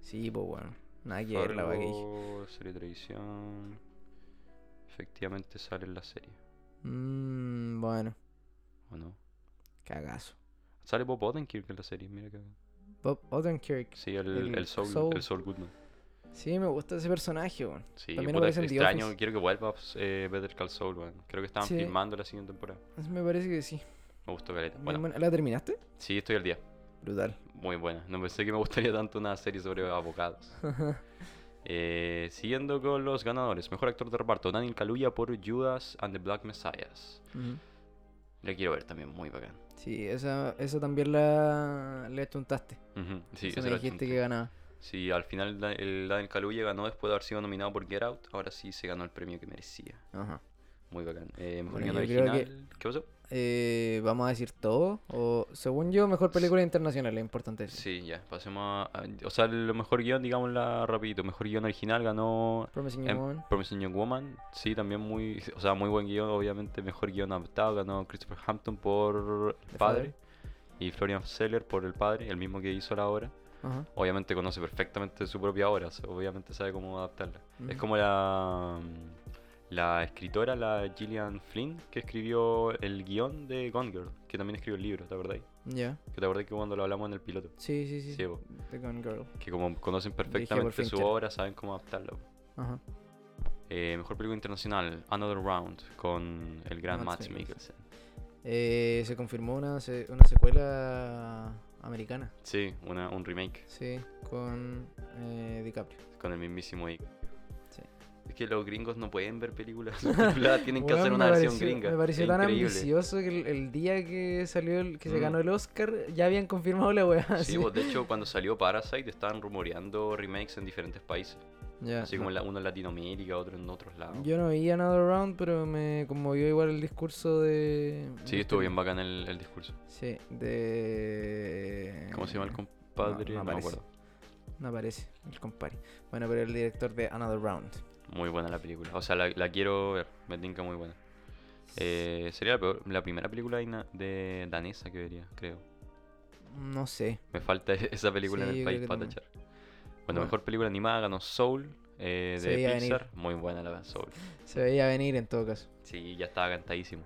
Speaker 2: Sí, pues bueno. Nada que ver la
Speaker 1: Fargo,
Speaker 2: vaquilla.
Speaker 1: serie de televisión. Efectivamente sale en la serie,
Speaker 2: Mmm, bueno.
Speaker 1: ¿o no?
Speaker 2: Cagazo.
Speaker 1: Sale Bob Odenkirk en la serie, mira que...
Speaker 2: Bob Odenkirk.
Speaker 1: Sí, el,
Speaker 2: El
Speaker 1: el Saul,
Speaker 2: Saul.
Speaker 1: el Saul Goodman.
Speaker 2: Sí, me gusta ese personaje, weón.
Speaker 1: Sí,
Speaker 2: También
Speaker 1: puta,
Speaker 2: aparece en The
Speaker 1: extraño,
Speaker 2: Office.
Speaker 1: quiero que vuelva eh, Better Call Saul, weón. Creo que estaban
Speaker 2: Sí.
Speaker 1: filmando la siguiente temporada.
Speaker 2: Eso me parece que sí.
Speaker 1: Me gustó Caleta.
Speaker 2: Bien
Speaker 1: Bueno,
Speaker 2: buena. ¿La terminaste?
Speaker 1: sí, estoy al día.
Speaker 2: Brutal.
Speaker 1: Muy buena. No pensé que me gustaría tanto una serie sobre abogados. Eh, siguiendo con los ganadores. Mejor actor de reparto, Daniel Kaluuya por Judas and the Black Messiah. La quiero ver también, muy bacán.
Speaker 2: Sí, esa, esa también la le achuntaste.
Speaker 1: Ujú, Sí,
Speaker 2: Esa
Speaker 1: esa
Speaker 2: me
Speaker 1: la
Speaker 2: dijiste
Speaker 1: chunté.
Speaker 2: que ganaba.
Speaker 1: Sí, al final Da- el Daniel Kaluuya ganó después de haber sido nominado por Get Out. Ahora sí se ganó el premio que merecía.
Speaker 2: Ajá.
Speaker 1: Muy bacán. Eh, mejor
Speaker 2: Bueno,
Speaker 1: guion
Speaker 2: yo creo
Speaker 1: original. ¿Qué pasó?
Speaker 2: Eh, ¿Vamos a decir todo? O, según yo, mejor película internacional, es importante decir.
Speaker 1: Sí, ya, pasemos a. a- O sea, lo mejor guión, digámosla rapidito. Mejor guión original ganó
Speaker 2: Promising
Speaker 1: Em-
Speaker 2: Young Woman.
Speaker 1: Promising Young Woman. Sí, también muy. O sea, muy buen guión, obviamente. Mejor guión adaptado ganó Christopher Hampton por El
Speaker 2: The
Speaker 1: Padre.
Speaker 2: Father.
Speaker 1: Y Florian Seller por El Padre, el mismo que hizo la obra.
Speaker 2: Ajá.
Speaker 1: Obviamente conoce perfectamente su propia obra, so- obviamente sabe cómo adaptarla. Es
Speaker 2: Ujú.
Speaker 1: como la. mm, La escritora, la Gillian Flynn, que escribió el guión de Gone Girl, que también escribió el libro, ¿te acordáis?
Speaker 2: Ya.
Speaker 1: Que te acordás que cuando lo hablamos en el piloto.
Speaker 2: Sí, sí, sí.
Speaker 1: Sí, po.
Speaker 2: The Gone Girl.
Speaker 1: que como conocen perfectamente su
Speaker 2: Fincher.
Speaker 1: obra, saben cómo adaptarla. po.
Speaker 2: Ajá.
Speaker 1: Eh, mejor película internacional, Another Round, con el gran Mads
Speaker 2: Mads
Speaker 1: Mikkelsen.
Speaker 2: Mikkelsen. Eh, se confirmó una, se- una secuela americana.
Speaker 1: Sí, una- un remake
Speaker 2: Sí, con eh, DiCaprio.
Speaker 1: con el mismísimo Ick.
Speaker 2: Sí.
Speaker 1: Es que los gringos no pueden ver películas, sus películas tienen que
Speaker 2: Weón,
Speaker 1: hacer
Speaker 2: me
Speaker 1: una versión
Speaker 2: pareció-
Speaker 1: gringa.
Speaker 2: Me pareció
Speaker 1: es
Speaker 2: tan
Speaker 1: increíble.
Speaker 2: ambicioso que el, el día que salió el, que se
Speaker 1: Mm.
Speaker 2: ganó el Oscar ya habían confirmado la weá.
Speaker 1: Sí,
Speaker 2: así.
Speaker 1: pues, de hecho cuando salió Parasite estaban rumoreando remakes en diferentes países,
Speaker 2: Ya,
Speaker 1: así
Speaker 2: no.
Speaker 1: como la- uno en Latinoamérica, otro en otros lados.
Speaker 2: Yo no vi Another Round, pero me conmovió igual el discurso de.
Speaker 1: Sí,
Speaker 2: de
Speaker 1: estuvo
Speaker 2: este-
Speaker 1: bien bacán el, el discurso.
Speaker 2: Sí, de.
Speaker 1: ¿Cómo se llama el compadre?
Speaker 2: Eh, no
Speaker 1: No, me
Speaker 2: aparece.
Speaker 1: acuerdo.
Speaker 2: No aparece, el compari. Bueno, pero el director de Another Round.
Speaker 1: Muy buena la película, o sea, la, la quiero ver, me tinca muy buena. Eh, sería la, peor- la primera película ina- de danesa que vería, creo.
Speaker 2: No sé.
Speaker 1: Me falta e- esa película en
Speaker 2: Sí,
Speaker 1: el
Speaker 2: yo
Speaker 1: país
Speaker 2: creo que
Speaker 1: para
Speaker 2: también.
Speaker 1: tachar. Bueno,
Speaker 2: Bueno.
Speaker 1: mejor película animada ganó Soul eh,
Speaker 2: Se
Speaker 1: de
Speaker 2: veía venir.
Speaker 1: Pixar. Muy buena la Soul.
Speaker 2: Se veía venir en todo caso.
Speaker 1: Sí, ya estaba cantadísimo.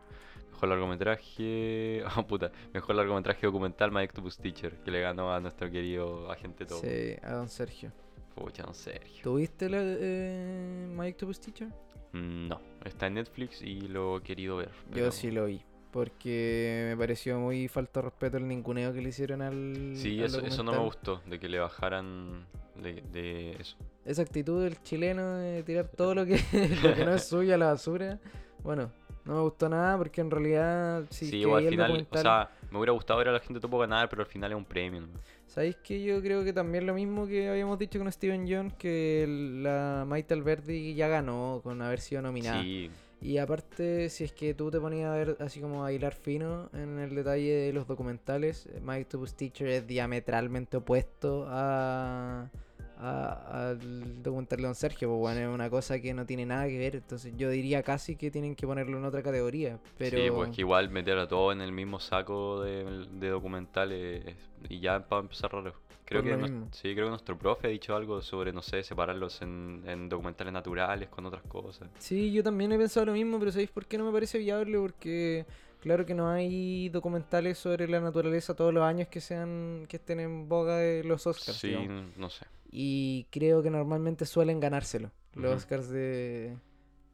Speaker 1: Mejor largometraje. Ah, puta. Mejor largometraje documental My Octopus Teacher, que le ganó a nuestro querido agente todo.
Speaker 2: Sí, a don Sergio.
Speaker 1: Pucha, en serio.
Speaker 2: ¿Tuviste la eh, My Octopus Teacher?
Speaker 1: Mm, No, está en Netflix y lo he querido ver.
Speaker 2: Yo
Speaker 1: pero-
Speaker 2: sí lo vi. Porque me pareció muy falta de respeto el ninguneo que le hicieron al.
Speaker 1: Sí,
Speaker 2: al
Speaker 1: eso, eso no me
Speaker 2: documental.
Speaker 1: gustó, de que le bajaran de, de eso.
Speaker 2: Esa actitud del chileno de tirar todo lo que, lo que no es suyo a la basura. Bueno, no me gustó nada porque en realidad. Si
Speaker 1: Sí,
Speaker 2: es que
Speaker 1: o al
Speaker 2: veía el
Speaker 1: final, o
Speaker 2: documental-
Speaker 1: sea, me hubiera gustado ver a la gente topo ganar, pero al final es un premio. ¿no?
Speaker 2: ¿Sabéis que yo creo que también lo mismo que habíamos dicho con Steven Jones, que el- la Maite Alberti ya ganó con haber sido nominada?
Speaker 1: Sí,
Speaker 2: Y aparte, si es que tú te ponías a ver así como a hilar fino en el detalle de los documentales, eh, My Octopus Teacher es diametralmente opuesto a, a- al documental de Don Sergio, pues bueno, es una cosa que no tiene nada que ver, entonces yo diría casi que tienen que ponerlo en otra categoría, pero...
Speaker 1: Sí, pues que igual meter a todo en el mismo saco de, de documentales es- y ya para empezar raro. Creo
Speaker 2: Por
Speaker 1: que,
Speaker 2: lo
Speaker 1: nos-
Speaker 2: mismo.
Speaker 1: sí, creo que nuestro profe ha dicho algo sobre, no sé, separarlos en, en documentales naturales con otras cosas.
Speaker 2: Sí, yo también he pensado lo mismo, pero ¿sabéis por qué no me parece viable? Porque claro que no hay documentales sobre la naturaleza todos los años que sean que estén en boga de los Oscars.
Speaker 1: sí,
Speaker 2: digamos.
Speaker 1: n- no sé.
Speaker 2: Y creo que normalmente suelen ganárselo los
Speaker 1: Ujú.
Speaker 2: Oscars de,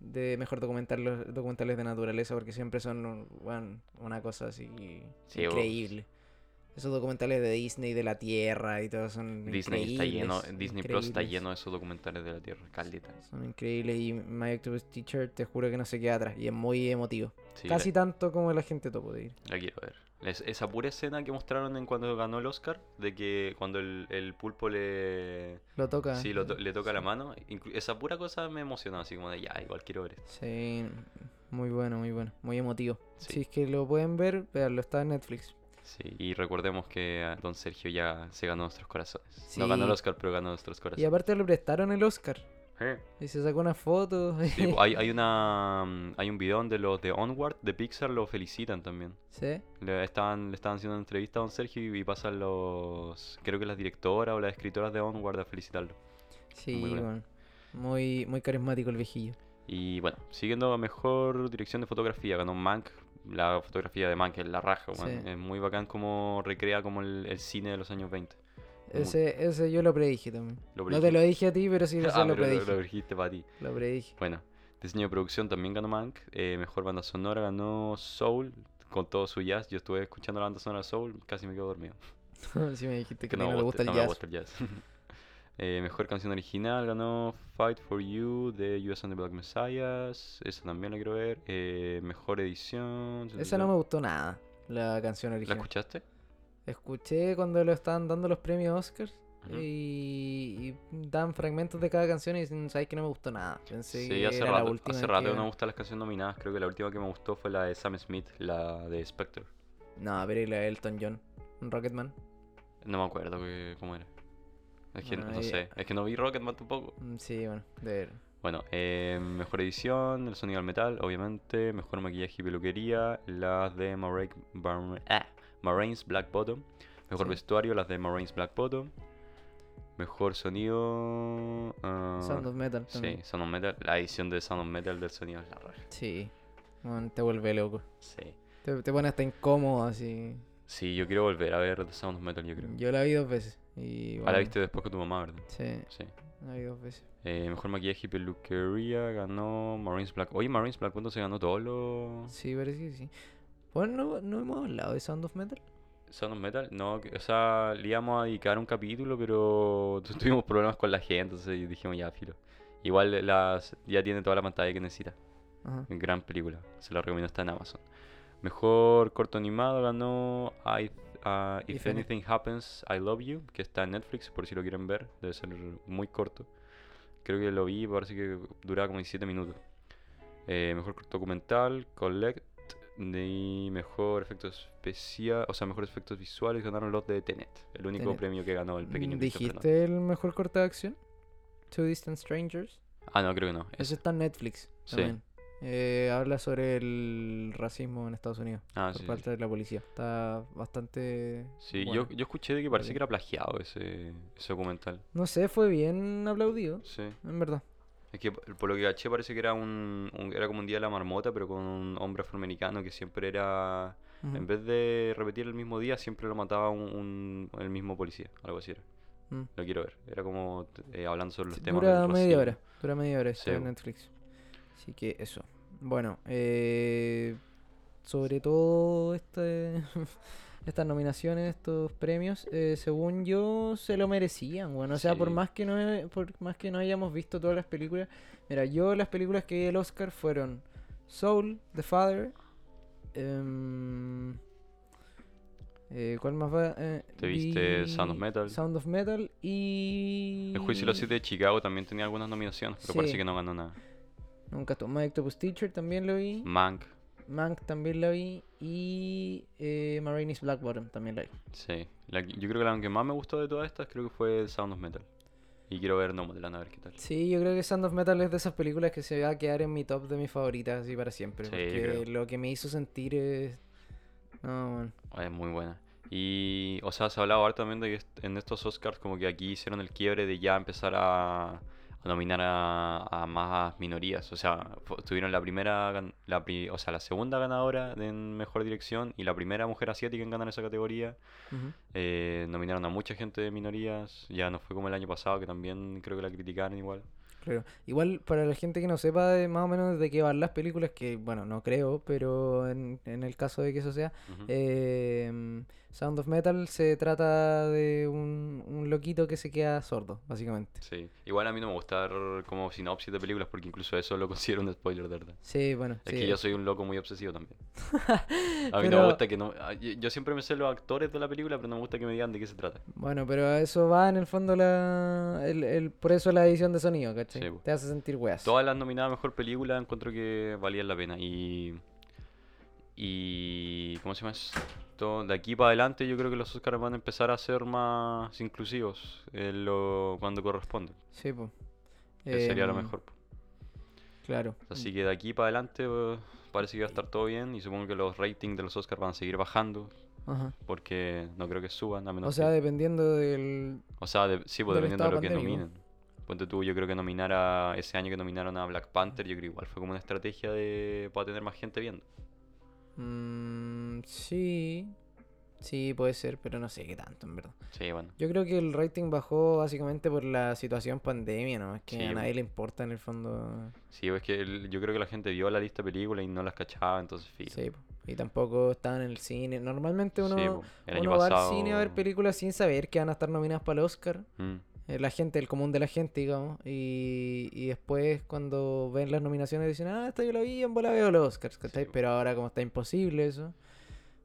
Speaker 2: de mejor documental, los documentales de naturaleza, porque siempre son un- weón, una cosa así
Speaker 1: Sí, vos.
Speaker 2: increíble. Esos documentales de Disney, de la Tierra y todo son
Speaker 1: Disney está lleno,
Speaker 2: increíbles,
Speaker 1: Disney Plus está
Speaker 2: increíbles.
Speaker 1: lleno de esos documentales de la Tierra, caldita.
Speaker 2: Son increíbles y My Octopus Teacher te juro que no se queda atrás y es muy emotivo.
Speaker 1: Sí,
Speaker 2: Casi tanto como la gente topo de ir.
Speaker 1: la, la quiero ver. Es- esa pura escena que mostraron en cuando ganó el Oscar, de que cuando el, el pulpo le,
Speaker 2: Lo toca.
Speaker 1: sí, lo to- le toca la mano, inclu- esa pura cosa me emocionó, así como de ya, igual quiero ver esto.
Speaker 2: Sí, muy bueno, muy bueno. Muy emotivo.
Speaker 1: Sí.
Speaker 2: Si es que lo pueden ver, veanlo, está en Netflix.
Speaker 1: Sí, y recordemos que ah, Don Sergio ya se ganó nuestros corazones. No ganó el
Speaker 2: Sí.
Speaker 1: Oscar, pero ganó nuestros
Speaker 2: Y
Speaker 1: corazones.
Speaker 2: aparte le prestaron el Oscar.
Speaker 1: Eh.
Speaker 2: Y se sacó una foto.
Speaker 1: Sí, po, hay, hay una mm, hay un video donde los de Onward de Pixar lo felicitan también.
Speaker 2: Sí.
Speaker 1: Le estaban, le estaban haciendo una entrevista a Don Sergio y, y pasan los creo que las directoras o las escritoras de Onward a felicitarlo.
Speaker 2: Sí,
Speaker 1: Muy
Speaker 2: muy
Speaker 1: bueno.
Speaker 2: Muy, muy carismático el viejillo.
Speaker 1: Y bueno, siguiendo a mejor dirección de fotografía, ganó Mank. La fotografía de Mank es la raja, weón.
Speaker 2: Sí.
Speaker 1: es muy bacán como recrea como el, el cine de los años 20. Muy-
Speaker 2: Ese, ese yo lo predije también.
Speaker 1: Lo
Speaker 2: No te
Speaker 1: predije.
Speaker 2: lo dije a ti, pero sí
Speaker 1: Ah,
Speaker 2: se lo
Speaker 1: pero lo-
Speaker 2: predije.
Speaker 1: lo dijiste para ti.
Speaker 2: Lo predije.
Speaker 1: Bueno, diseño de producción también ganó Mank. eh, mejor banda sonora ganó Soul con todo su jazz. Yo estuve escuchando la banda sonora Soul, casi me quedo dormido.
Speaker 2: sí me dijiste
Speaker 1: Es
Speaker 2: que no, me
Speaker 1: gusta-
Speaker 2: gusta el
Speaker 1: no me
Speaker 2: jazz.
Speaker 1: gusta el jazz. Eh, mejor canción original ganó Fight for You de US and the Black Messiahs. Esa también la quiero ver. Eh, mejor edición.
Speaker 2: Esa no me gustó nada, la canción
Speaker 1: ¿La
Speaker 2: original.
Speaker 1: escuchaste?
Speaker 2: Escuché cuando lo estaban dando los premios Oscars. y, y dan fragmentos de cada canción y dicen, sabes que no me gustó nada. Pensé
Speaker 1: Sí,
Speaker 2: que
Speaker 1: hace
Speaker 2: era la
Speaker 1: rato,
Speaker 2: última.
Speaker 1: hace
Speaker 2: que
Speaker 1: rato que
Speaker 2: iban-
Speaker 1: no me gustan las canciones nominadas. Creo que la última que me gustó fue la de Sam Smith, la de Spectre.
Speaker 2: No, pero y la de Elton John, Rocketman.
Speaker 1: No me acuerdo que- cómo era. Es que
Speaker 2: Bueno,
Speaker 1: no
Speaker 2: ahí-
Speaker 1: sé, es que no vi Rocketman tampoco.
Speaker 2: Mm, Sí, bueno, de ver.
Speaker 1: Bueno, eh, mejor edición, el sonido al metal, obviamente, mejor maquillaje y peluquería, las de Maraik- Bar- ah, Maraine's Black Bottom, mejor
Speaker 2: Sí.
Speaker 1: vestuario, las de Maraine's Black Bottom, mejor sonido... ah,
Speaker 2: Sound of Metal
Speaker 1: Sí,
Speaker 2: también.
Speaker 1: Sound of Metal, la edición de Sound of Metal del sonido es la raja.
Speaker 2: Sí. Bueno, te vuelve loco.
Speaker 1: Sí.
Speaker 2: Te, te pone hasta incómodo así.
Speaker 1: Sí, yo quiero volver a ver The Sound of Metal, yo creo.
Speaker 2: Yo la vi dos veces. Y,
Speaker 1: Ah, la
Speaker 2: bueno,
Speaker 1: viste después con tu mamá, ¿verdad?
Speaker 2: Sí,
Speaker 1: Sí.
Speaker 2: la vi dos veces.
Speaker 1: Eh, mejor maquillaje y peluquería ganó Marines Black. Oye, Marines Black, ¿cuándo se ganó todos los
Speaker 2: Sí, parece que sí. Bueno, no, no hemos hablado de Sound of Metal.
Speaker 1: Sound of Metal? No, que- o sea, le íbamos a dedicar un capítulo, pero tu- tuvimos problemas con la gente, entonces dijimos ya, filo. Igual las, ya tiene toda la pantalla que necesita.
Speaker 2: Ajá.
Speaker 1: Gran película, se la recomiendo, está en Amazon. Mejor corto animado ganó I- ah, If,
Speaker 2: If Any-
Speaker 1: Anything Happens, I Love You, que está en Netflix, por si lo quieren ver, debe ser muy corto. Creo que lo vi, parece que duraba como 17 minutos. Eh, mejor corto documental, Collect, y mejor efectos especial, o sea, mejores efectos visuales ganaron los de Tenet, el único
Speaker 2: Tenet.
Speaker 1: premio que ganó el pequeño
Speaker 2: Mm,
Speaker 1: Christopher Nolan.
Speaker 2: ¿Dijiste el mejor corte de acción? Two Distant Strangers.
Speaker 1: Ah, no, creo que no.
Speaker 2: Eso
Speaker 1: ese.
Speaker 2: está en Netflix
Speaker 1: Sí.
Speaker 2: también. Eh, habla sobre el racismo en Estados Unidos
Speaker 1: Ah,
Speaker 2: por
Speaker 1: sí, sí,
Speaker 2: parte de la policía. Está bastante.
Speaker 1: Sí,
Speaker 2: bueno.
Speaker 1: yo, yo escuché de que parece
Speaker 2: bien.
Speaker 1: que era plagiado ese, ese documental.
Speaker 2: No sé, fue bien aplaudido,
Speaker 1: Sí.
Speaker 2: en verdad.
Speaker 1: Es que por por lo que caché parece que era un, un- era como un día de la marmota, pero con un hombre afroamericano que siempre era
Speaker 2: Ujú.
Speaker 1: en vez de repetir el mismo día, siempre lo mataba un, un- el mismo policía, algo así era.
Speaker 2: Mm.
Speaker 1: Lo quiero ver. Era como eh, hablando sobre los temas
Speaker 2: Dura
Speaker 1: del
Speaker 2: media
Speaker 1: racismo.
Speaker 2: hora. Dura media hora,
Speaker 1: Sí,
Speaker 2: está en
Speaker 1: bo.
Speaker 2: Netflix. Así que eso. Bueno, eh, sobre todo este, estas nominaciones, estos premios, eh, según yo se lo merecían, bueno, o sea, por
Speaker 1: Sí.
Speaker 2: más que no he- por más que no hayamos visto todas las películas, mira, yo las películas que vi el Oscar fueron Soul, The Father, em, eh, ¿cuál más va? Eh,
Speaker 1: Te viste Sound of
Speaker 2: vi
Speaker 1: Metal.
Speaker 2: Sound of Metal y
Speaker 1: El juicio de los siete de Chicago también tenía algunas nominaciones, pero parece
Speaker 2: Sí.
Speaker 1: que no ganó nada.
Speaker 2: Nunca estuvo. My Octopus Teacher también lo vi.
Speaker 1: Mank,
Speaker 2: Mank también lo vi. Y eh, Marini's Black Bottom también lo vi.
Speaker 1: sí. La que- yo creo que la que más me gustó de todas estas creo que fue Sound of Metal. Y quiero ver Nomadland a ver qué tal.
Speaker 2: Sí, yo creo que Sound of Metal es de esas películas que se va a quedar en mi top de mis favoritas así para siempre.
Speaker 1: Sí, yo
Speaker 2: porque
Speaker 1: creo.
Speaker 2: lo que me hizo sentir es. No, bueno.
Speaker 1: Ah, Es muy buena. Y, o sea, se hablaba harto también de que est- en estos Oscars como que aquí hicieron el quiebre de ya empezar a, a nominar a, a más minorías. O sea, fu- tuvieron la primera, gan- la, pri- o sea, la segunda ganadora de en Mejor Dirección y la primera mujer asiática en ganar esa categoría.
Speaker 2: Ujú.
Speaker 1: Eh, nominaron a mucha gente de minorías. Ya no fue como el año pasado, que también creo que la criticaron igual.
Speaker 2: Claro. Igual, para la gente que no sepa de más o menos de qué van las películas, que bueno, no creo, pero en, en el caso de que eso sea,
Speaker 1: Ujú.
Speaker 2: eh, Sound of Metal se trata de un, un loquito que se queda sordo, básicamente.
Speaker 1: Sí. Igual a mí no me gusta dar como sinopsis de películas porque incluso eso lo considero un spoiler de verdad.
Speaker 2: Sí, bueno.
Speaker 1: Es
Speaker 2: sí,
Speaker 1: que yo soy un loco muy obsesivo también. A mí no
Speaker 2: Pero-
Speaker 1: me gusta que no... a- Yo yo siempre me sé los actores de la película, pero no me gusta que me digan de qué se trata.
Speaker 2: Bueno, pero a eso va en el fondo la. El, el- por eso la edición de sonido, ¿cachai?
Speaker 1: Sí, po.
Speaker 2: Te hace sentir weas.
Speaker 1: Todas las nominadas a Mejor Película encuentro que valían la pena. Y... Y... ¿Cómo se llama esto? De aquí para adelante yo creo que los Oscars van a empezar a ser más inclusivos en lo... cuando corresponde.
Speaker 2: Sí, po.
Speaker 1: que sería lo
Speaker 2: Em, mm.
Speaker 1: mejor. po.
Speaker 2: Claro.
Speaker 1: Así que de aquí para adelante eh, parece que va a estar todo bien y supongo que los ratings de los Oscars van a seguir bajando
Speaker 2: Ajá.
Speaker 1: porque no creo que suban a menos
Speaker 2: o sea,
Speaker 1: que...
Speaker 2: dependiendo del.
Speaker 1: O sea, de- sí, pues
Speaker 2: del
Speaker 1: dependiendo de
Speaker 2: estado
Speaker 1: lo que
Speaker 2: pandémico.
Speaker 1: nominen. Ponte tú, yo creo que nominar a ese año que nominaron a Black Panther, yo creo igual fue como una estrategia de para tener más gente viendo.
Speaker 2: Mm, sí. Sí, puede ser, pero no sé qué tanto, en verdad.
Speaker 1: Sí, bueno.
Speaker 2: Yo creo que el rating bajó básicamente por la situación pandemia, ¿no? Es que
Speaker 1: Sí,
Speaker 2: a
Speaker 1: po.
Speaker 2: nadie le importa en el fondo.
Speaker 1: Sí, pues es que el- yo creo que la gente vio la lista de películas y no las cachaba, entonces filo.
Speaker 2: Sí, po. Y tampoco estaban en el cine. Normalmente uno,
Speaker 1: Sí, po. El año
Speaker 2: uno va al cine a ver
Speaker 1: pasado-
Speaker 2: películas sin saber que van a estar nominadas para el Oscar.
Speaker 1: Mm,
Speaker 2: eh, la gente, el común de la gente, digamos. Y, y después cuando ven las nominaciones dicen, ah, esta yo la vi, en bola veo los Oscars, ¿cachai?
Speaker 1: po.
Speaker 2: Pero ahora como está imposible eso.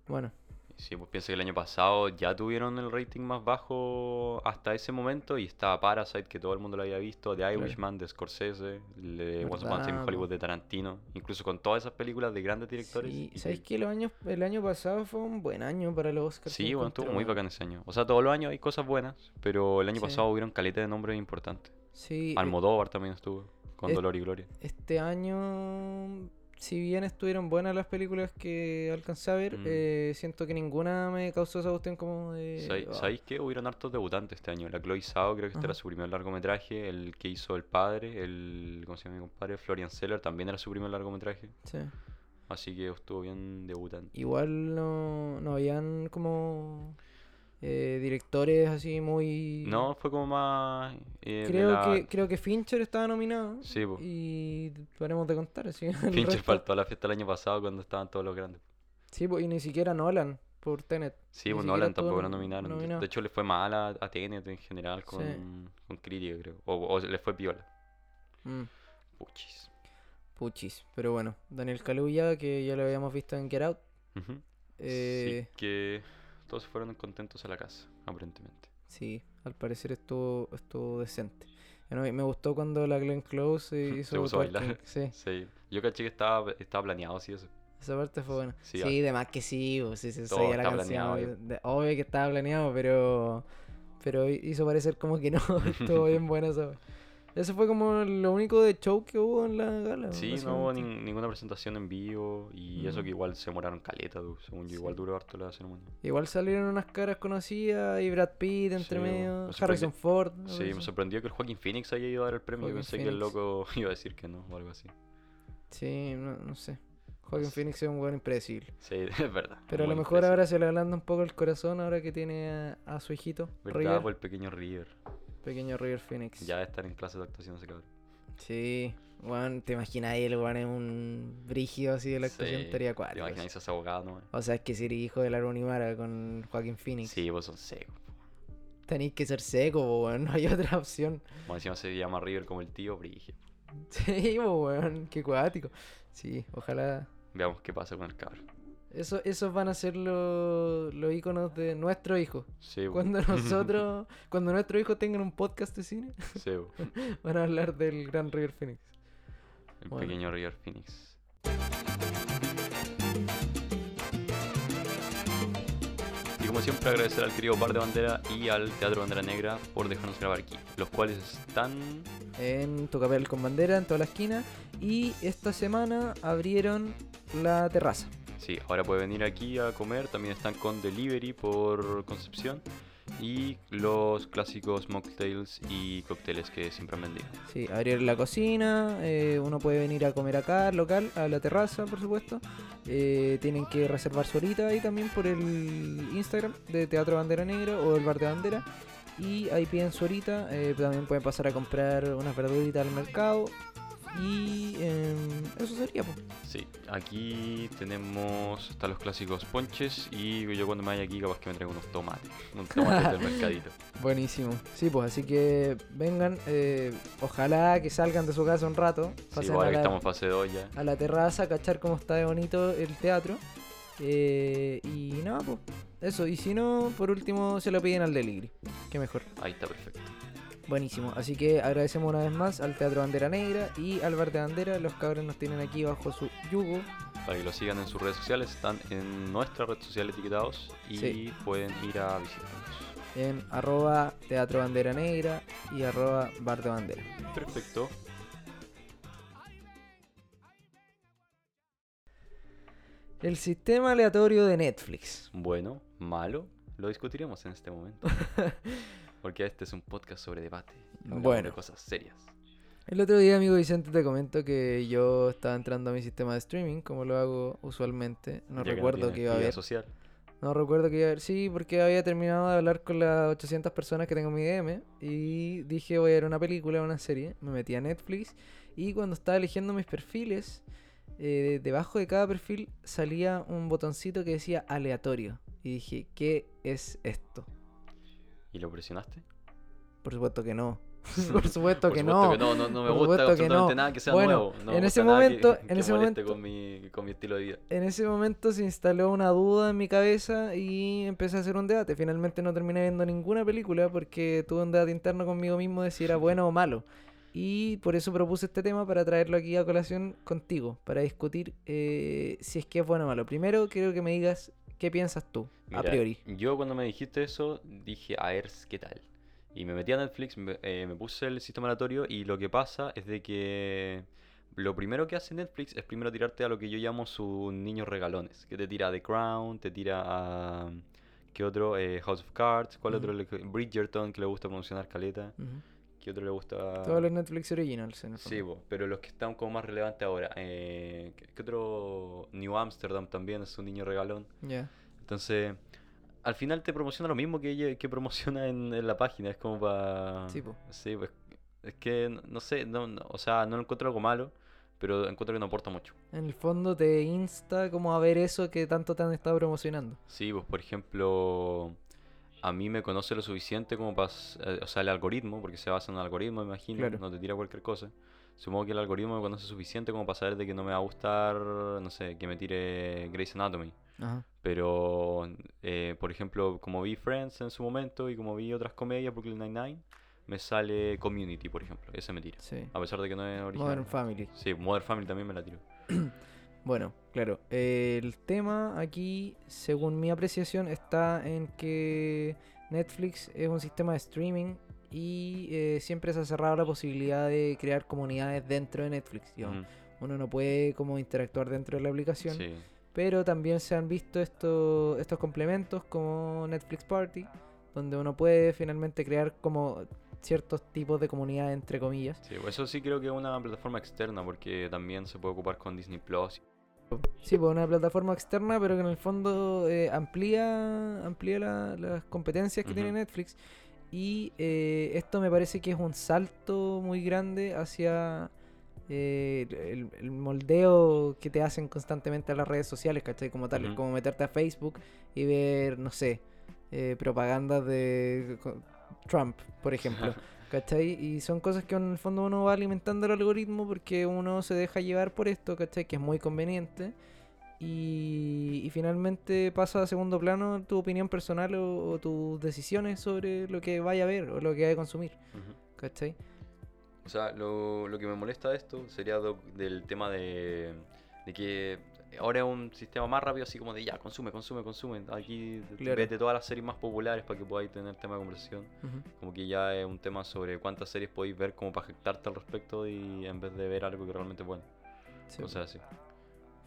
Speaker 2: Bueno,
Speaker 1: Sí, pues piensa que el año pasado ya tuvieron el rating más bajo hasta ese momento y estaba Parasite, que todo el mundo lo había visto, The Irishman, de Scorsese, el de Once Upon a Time in
Speaker 2: Verdad,
Speaker 1: Hollywood de Tarantino, incluso con todas esas películas de grandes directores.
Speaker 2: Sí,
Speaker 1: y
Speaker 2: ¿Sabes
Speaker 1: que-
Speaker 2: qué? Los años, el año pasado fue un buen año para los Oscars.
Speaker 1: Sí,
Speaker 2: yo
Speaker 1: bueno, estuvo
Speaker 2: encuentro,
Speaker 1: muy
Speaker 2: weón.
Speaker 1: bacán ese año. O sea, todos los años hay cosas buenas, pero el año
Speaker 2: Sí.
Speaker 1: pasado hubieron caleta de nombres importantes.
Speaker 2: Sí, eh,
Speaker 1: Almodóvar también estuvo, con
Speaker 2: Es-
Speaker 1: Dolor y Gloria.
Speaker 2: este año, si bien estuvieron buenas las películas que alcancé a ver,
Speaker 1: Mm.
Speaker 2: eh, siento que ninguna me causó esa cuestión como de...
Speaker 1: ¿Sabéis
Speaker 2: "Ah,
Speaker 1: sabéis que hubieron hartos debutantes este año? La Chloe Zhao, creo que este era
Speaker 2: Ajá.
Speaker 1: su primer largometraje. El que hizo el padre, el. ¿Cómo se llama mi compadre? Florian Seller también era su primer largometraje.
Speaker 2: sí".
Speaker 1: Así que estuvo bien debutante.
Speaker 2: Igual no, no habían como eh, directores así muy...
Speaker 1: No, fue como más. eh, de
Speaker 2: Creo,
Speaker 1: la-
Speaker 2: que, creo que Fincher estaba nominado.
Speaker 1: Sí, po.
Speaker 2: Y paremos de contar. Así, el
Speaker 1: Fincher
Speaker 2: resto-
Speaker 1: faltó a la fiesta el año pasado cuando estaban todos los grandes.
Speaker 2: Sí, po, y ni siquiera Nolan por Tenet.
Speaker 1: Sí,
Speaker 2: Ni
Speaker 1: bueno,
Speaker 2: siquiera
Speaker 1: Nolan
Speaker 2: estuvo
Speaker 1: tampoco lo
Speaker 2: nom-
Speaker 1: nominaron. De-
Speaker 2: nominado.
Speaker 1: De hecho, le fue mal a, a TNT en general con, con crítica, creo. O, o le fue piola.
Speaker 2: Mm,
Speaker 1: Puchis.
Speaker 2: puchis. Pero bueno, Daniel Kaluuya, que ya lo habíamos visto en Get Out.
Speaker 1: Ujú.
Speaker 2: eh,
Speaker 1: Así que todos fueron contentos a la casa, aparentemente.
Speaker 2: sí. al parecer estuvo, estuvo decente. Bueno, y me gustó cuando la Glenn Close eh,
Speaker 1: Se
Speaker 2: hizo
Speaker 1: puso a bailar.
Speaker 2: twerking, Sí,
Speaker 1: Sí, yo caché que estaba, estaba planeado así eso.
Speaker 2: esa parte fue buena.
Speaker 1: Sí,
Speaker 2: Sí,
Speaker 1: ah.
Speaker 2: de más que sí, po, sí, sí,
Speaker 1: Todo
Speaker 2: sabía la
Speaker 1: está
Speaker 2: canción.
Speaker 1: planeado,
Speaker 2: obvio, de- obvio que estaba planeado, pero pero hi- hizo parecer como que no. estuvo bien buena esa. wea. Eso fue como lo único de show que hubo en la gala.
Speaker 1: Sí, no hubo
Speaker 2: básicamente.
Speaker 1: nin- ninguna presentación en vivo y eso que
Speaker 2: Mm.
Speaker 1: igual se demoraron caleta, du- según yo, igual
Speaker 2: Sí.
Speaker 1: duró harto la ceremonia.
Speaker 2: Igual salieron unas caras conocidas y Brad Pitt
Speaker 1: Sí,
Speaker 2: entre
Speaker 1: bo. Me
Speaker 2: medio,
Speaker 1: sorprende-
Speaker 2: Harrison Ford. me
Speaker 1: Sí,
Speaker 2: parece.
Speaker 1: me sorprendió que el Joaquín Phoenix haya ido a dar el premio. yo
Speaker 2: Joaquin
Speaker 1: pensé que el
Speaker 2: Phoenix.
Speaker 1: loco iba a decir que no o algo así.
Speaker 2: Sí, no, no sé. Joaquin
Speaker 1: sé.
Speaker 2: Phoenix es un buen impredecible.
Speaker 1: Sí, es verdad.
Speaker 2: Pero a lo
Speaker 1: muy
Speaker 2: mejor
Speaker 1: impresionante.
Speaker 2: ahora se le ablanda un poco el corazón ahora que tiene a, a su hijito,
Speaker 1: ¿Verdad? pues.
Speaker 2: River,
Speaker 1: Por el pequeño River.
Speaker 2: pequeño River Phoenix.
Speaker 1: Ya estar en clase de actuación ese cabrón.
Speaker 2: Sí, bueno, te imaginas ahí el weón es un brígido así de la actuación,
Speaker 1: Sí,
Speaker 2: estaría pues.
Speaker 1: ¿Te
Speaker 2: cuatro.
Speaker 1: imaginas ese abogado nomás?
Speaker 2: O sea, es que ser hijo de Larry Unimara con Joaquin Phoenix.
Speaker 1: Sí, vos son secos.
Speaker 2: Tenéis que ser seco, po, weón, no hay otra opción.
Speaker 1: Como encima se llama River como el tío, brige.
Speaker 2: Sí, po, weón, qué cuático. Sí, ojalá
Speaker 1: Veamos qué pasa con el cabrón.
Speaker 2: Eso, esos van a ser lo- los íconos de nuestro hijo.
Speaker 1: Sí, pues. bo.
Speaker 2: Cuando nosotros, cuando nuestro hijo tengan un podcast de cine,
Speaker 1: Sí, bo.
Speaker 2: van a hablar del Gran River Phoenix.
Speaker 1: El
Speaker 2: Bueno.
Speaker 1: pequeño River Phoenix. Y como siempre agradecer al querido Bar de Bandera y al Teatro Bandera Negra por dejarnos grabar aquí, los cuales están...
Speaker 2: En tu papel con bandera, en toda la esquina. Y esta semana abrieron la terraza.
Speaker 1: Sí, ahora puede venir aquí a comer, también están con delivery por Concepción y los clásicos mocktails y cócteles que siempre han vendido.
Speaker 2: Sí, abrieron la cocina. eh, uno puede venir a comer acá, al local, a la terraza, por supuesto. Eh, tienen que reservar su horita y también por el Instagram de Teatro Bandera Negra o el Bar de Bandera. Y ahí piden su horita. eh, también pueden pasar a comprar unas verduritas al mercado. Y em, eso sería, pues.
Speaker 1: Sí, aquí tenemos hasta los clásicos ponches y yo cuando me vaya aquí capaz que me traigo unos tomates, unos tomates del mercadito.
Speaker 2: Buenísimo. Sí, pues así que vengan. eh, ojalá que salgan de su casa un rato.
Speaker 1: Sí,
Speaker 2: pasen
Speaker 1: ahora
Speaker 2: a
Speaker 1: que
Speaker 2: la-
Speaker 1: estamos en fase 2 ya.
Speaker 2: a la terraza, a cachar cómo está de bonito el teatro. Eh, y nada, pues. Eso, y si no, por último se lo piden al delivery. Que mejor.
Speaker 1: Ahí está perfecto.
Speaker 2: Buenísimo. Así que agradecemos una vez más al Teatro Bandera Negra y al Bar de Bandera. Los cabros nos tienen aquí bajo su yugo.
Speaker 1: Para que lo sigan en sus redes sociales, están en nuestra red social etiquetados y
Speaker 2: Sí.
Speaker 1: pueden ir a visitarnos.
Speaker 2: En arroba Teatro Bandera Negra y arroba Bar de Bandera.
Speaker 1: Perfecto.
Speaker 2: El sistema aleatorio de Netflix.
Speaker 1: Bueno, malo, lo discutiremos en este momento. Porque este es un podcast sobre debate. hablamos De
Speaker 2: Bueno.
Speaker 1: cosas serias.
Speaker 2: El otro día, amigo Vicente, te comento que yo estaba entrando a mi sistema de streaming, como lo hago usualmente. No
Speaker 1: ya que
Speaker 2: recuerdo
Speaker 1: tienes
Speaker 2: que iba a
Speaker 1: vida
Speaker 2: haber.
Speaker 1: social.
Speaker 2: No recuerdo que iba a ver. Sí, porque había terminado de hablar con las 800 personas que tengo en mi DM. Y dije, voy a ver una película, una serie. Me metí a Netflix. Y cuando estaba eligiendo mis perfiles, eh, debajo de cada perfil salía un botoncito que decía aleatorio. Y dije, ¿qué es esto?
Speaker 1: ¿Y lo presionaste?
Speaker 2: Por supuesto que no. Por supuesto
Speaker 1: Por
Speaker 2: que
Speaker 1: supuesto
Speaker 2: no.
Speaker 1: que no, no, no me
Speaker 2: Por
Speaker 1: gusta
Speaker 2: supuesto que
Speaker 1: absolutamente
Speaker 2: no.
Speaker 1: nada que sea
Speaker 2: Bueno,
Speaker 1: nuevo. No me
Speaker 2: en
Speaker 1: gusta
Speaker 2: ese
Speaker 1: nada que-
Speaker 2: momento,
Speaker 1: que
Speaker 2: en ese
Speaker 1: moleste
Speaker 2: momento,
Speaker 1: con mi, con mi estilo de vida.
Speaker 2: en ese momento se instaló una duda en mi cabeza y empecé a hacer un debate. Finalmente no terminé viendo ninguna película porque tuve un debate interno conmigo mismo de si era bueno o malo. Y por eso propuse este tema para traerlo aquí a colación contigo, para discutir eh, si es que es bueno o malo. Primero quiero que me digas qué piensas tú, a
Speaker 1: Mira,
Speaker 2: priori.
Speaker 1: Yo cuando me dijiste eso, dije, a ver, ¿qué tal? Y me metí a Netflix, me, eh, me puse el sistema aleatorio y lo que pasa es de que lo primero que hace Netflix es primero tirarte a lo que yo llamo sus niños regalones, que te tira The Crown, te tira a... ¿Qué otro? Eh, House of Cards, ¿cuál otro?
Speaker 2: Ujú.
Speaker 1: le- Bridgerton, que le gusta promocionar caleta.
Speaker 2: Ujú.
Speaker 1: ¿Qué otro le gusta...?
Speaker 2: Todos los Netflix originals, en el
Speaker 1: Ah. Sí,
Speaker 2: fondo.
Speaker 1: po, pero los que están como más relevantes ahora. Eh, ¿qué- ¿Qué otro? New Amsterdam también es un niño regalón.
Speaker 2: Ya.
Speaker 1: Entonces, al final te promociona lo mismo que, ella- que promociona en, en la página. Es como para.
Speaker 2: Sí, po.
Speaker 1: pues. Es que, no- no sé, no, no- o sea, no encuentro algo malo, pero encuentro que no aporta mucho.
Speaker 2: En el fondo te insta como a ver eso que tanto te han estado promocionando.
Speaker 1: Sí, pues, por ejemplo, a mí me conoce lo suficiente como para. o sea, el algoritmo, porque se basa en un algoritmo, me imagino,
Speaker 2: Claro.
Speaker 1: no te tira cualquier cosa. Supongo que el algoritmo me conoce suficiente como para saber de que no me va a gustar, no sé, que me tire Grey's Anatomy.
Speaker 2: Ajá.
Speaker 1: Pero, eh, por ejemplo, como vi Friends en su momento y como vi otras comedias, Brooklyn Nine-Nine, me sale Community, por ejemplo. Esa me tira.
Speaker 2: Sí.
Speaker 1: A pesar de que no es Ah, original.
Speaker 2: Modern Family.
Speaker 1: Sí, Modern Family también me la tiro.
Speaker 2: Bueno, claro. eh, el tema aquí, según mi apreciación, está en que Netflix es un sistema de streaming y eh, siempre se ha cerrado la posibilidad de crear comunidades dentro de Netflix. digamos.
Speaker 1: Ujú,
Speaker 2: Uno no puede como interactuar dentro de la aplicación.
Speaker 1: Sí.
Speaker 2: Pero también se han visto esto- estos complementos como Netflix Party, donde uno puede finalmente crear como ciertos tipos de comunidades, entre comillas.
Speaker 1: sí, pues Eso sí creo que es una plataforma externa porque también se puede ocupar con Disney Plus.
Speaker 2: Sí, pues una plataforma externa, pero que en el fondo eh, amplía, amplía la- las competencias que tiene
Speaker 1: Ujú.
Speaker 2: Netflix. Y eh, esto me parece que es un salto muy grande hacia eh, el, el moldeo que te hacen constantemente a las redes sociales, ¿cachai? Como tal,
Speaker 1: Ujú.
Speaker 2: como meterte a Facebook y ver, no sé, eh, propagandas de co- Trump, por ejemplo. ¿Cachai? Y son cosas que en el fondo uno va alimentando el algoritmo porque uno se deja llevar por esto, ¿cachai? Que es muy conveniente. Y, y finalmente pasa a segundo plano tu opinión personal o, o tus decisiones sobre lo que vaya a ver o lo que vaya a consumir,
Speaker 1: Ujú.
Speaker 2: ¿cachai?
Speaker 1: O sea, lo, lo que me molesta de esto sería do- del tema de, de que ahora es un sistema más rápido, así como de ya, consume, consume, consume. Aquí te- te
Speaker 2: Claro.
Speaker 1: vete todas las series más populares para que podáis tener tema de conversación. Como que ya es un tema sobre cuántas series podéis ver como para jactarte al respecto y en vez de ver algo que realmente es bueno.
Speaker 2: Sí.
Speaker 1: O
Speaker 2: pues.
Speaker 1: sea, sí.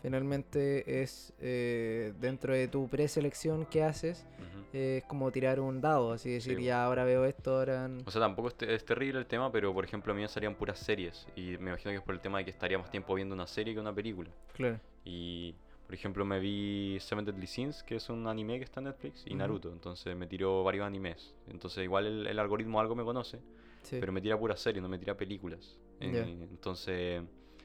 Speaker 2: finalmente es eh, dentro de tu preselección que haces,
Speaker 1: Ujú.
Speaker 2: eh, es como tirar un dado, así decir,
Speaker 1: bo.
Speaker 2: ya ahora veo esto, ahora...
Speaker 1: O sea, tampoco es, te- es terrible el tema, pero por ejemplo a mí me salían puras series. Y me imagino que es por el tema de que estaría más tiempo viendo una serie que una película.
Speaker 2: Claro.
Speaker 1: Y por ejemplo me vi Seven Deadly Sins, que es un anime que está en Netflix, y
Speaker 2: Ujú.
Speaker 1: Naruto. Entonces me tiró varios animes. Entonces igual el, el algoritmo algo me conoce,
Speaker 2: Sí.
Speaker 1: pero me tira puras series, no me tira películas. Eh,
Speaker 2: Ya.
Speaker 1: Entonces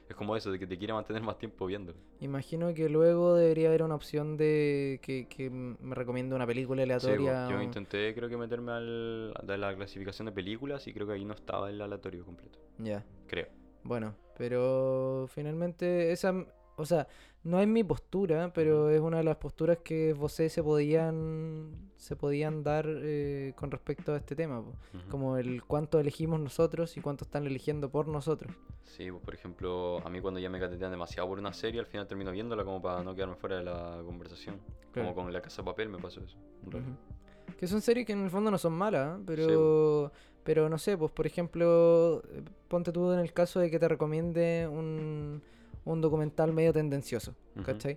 Speaker 1: es como eso, de que te quiere mantener más tiempo viendo.
Speaker 2: Imagino que luego debería haber una opción de que, que m- me recomiende una película
Speaker 1: Sí, pues,
Speaker 2: aleatoria.
Speaker 1: yo
Speaker 2: o-
Speaker 1: intenté creo que meterme al, a la clasificación de películas y creo que ahí no estaba el aleatorio completo.
Speaker 2: Ya.
Speaker 1: Creo.
Speaker 2: Bueno, pero finalmente esa, m- o sea, no es mi postura, pero es una de las posturas que vos se podían, se podían dar eh, con respecto a este tema, po.
Speaker 1: Ujú.
Speaker 2: como el cuánto elegimos nosotros y cuánto están eligiendo por nosotros.
Speaker 1: Sí, pues, por ejemplo, a mí cuando ya me catetean demasiado por una serie, al final termino viéndola como para no quedarme fuera de la conversación.
Speaker 2: Claro.
Speaker 1: Como con La Casa de Papel me pasó eso. un rato.
Speaker 2: Ujú. Que son series que en el fondo no son malas, ¿eh?
Speaker 1: Sí,
Speaker 2: pero, pero no sé, pues por ejemplo, eh, ponte tú en el caso de que te recomiende un, un documental medio tendencioso,
Speaker 1: Ujú.
Speaker 2: ¿cachai?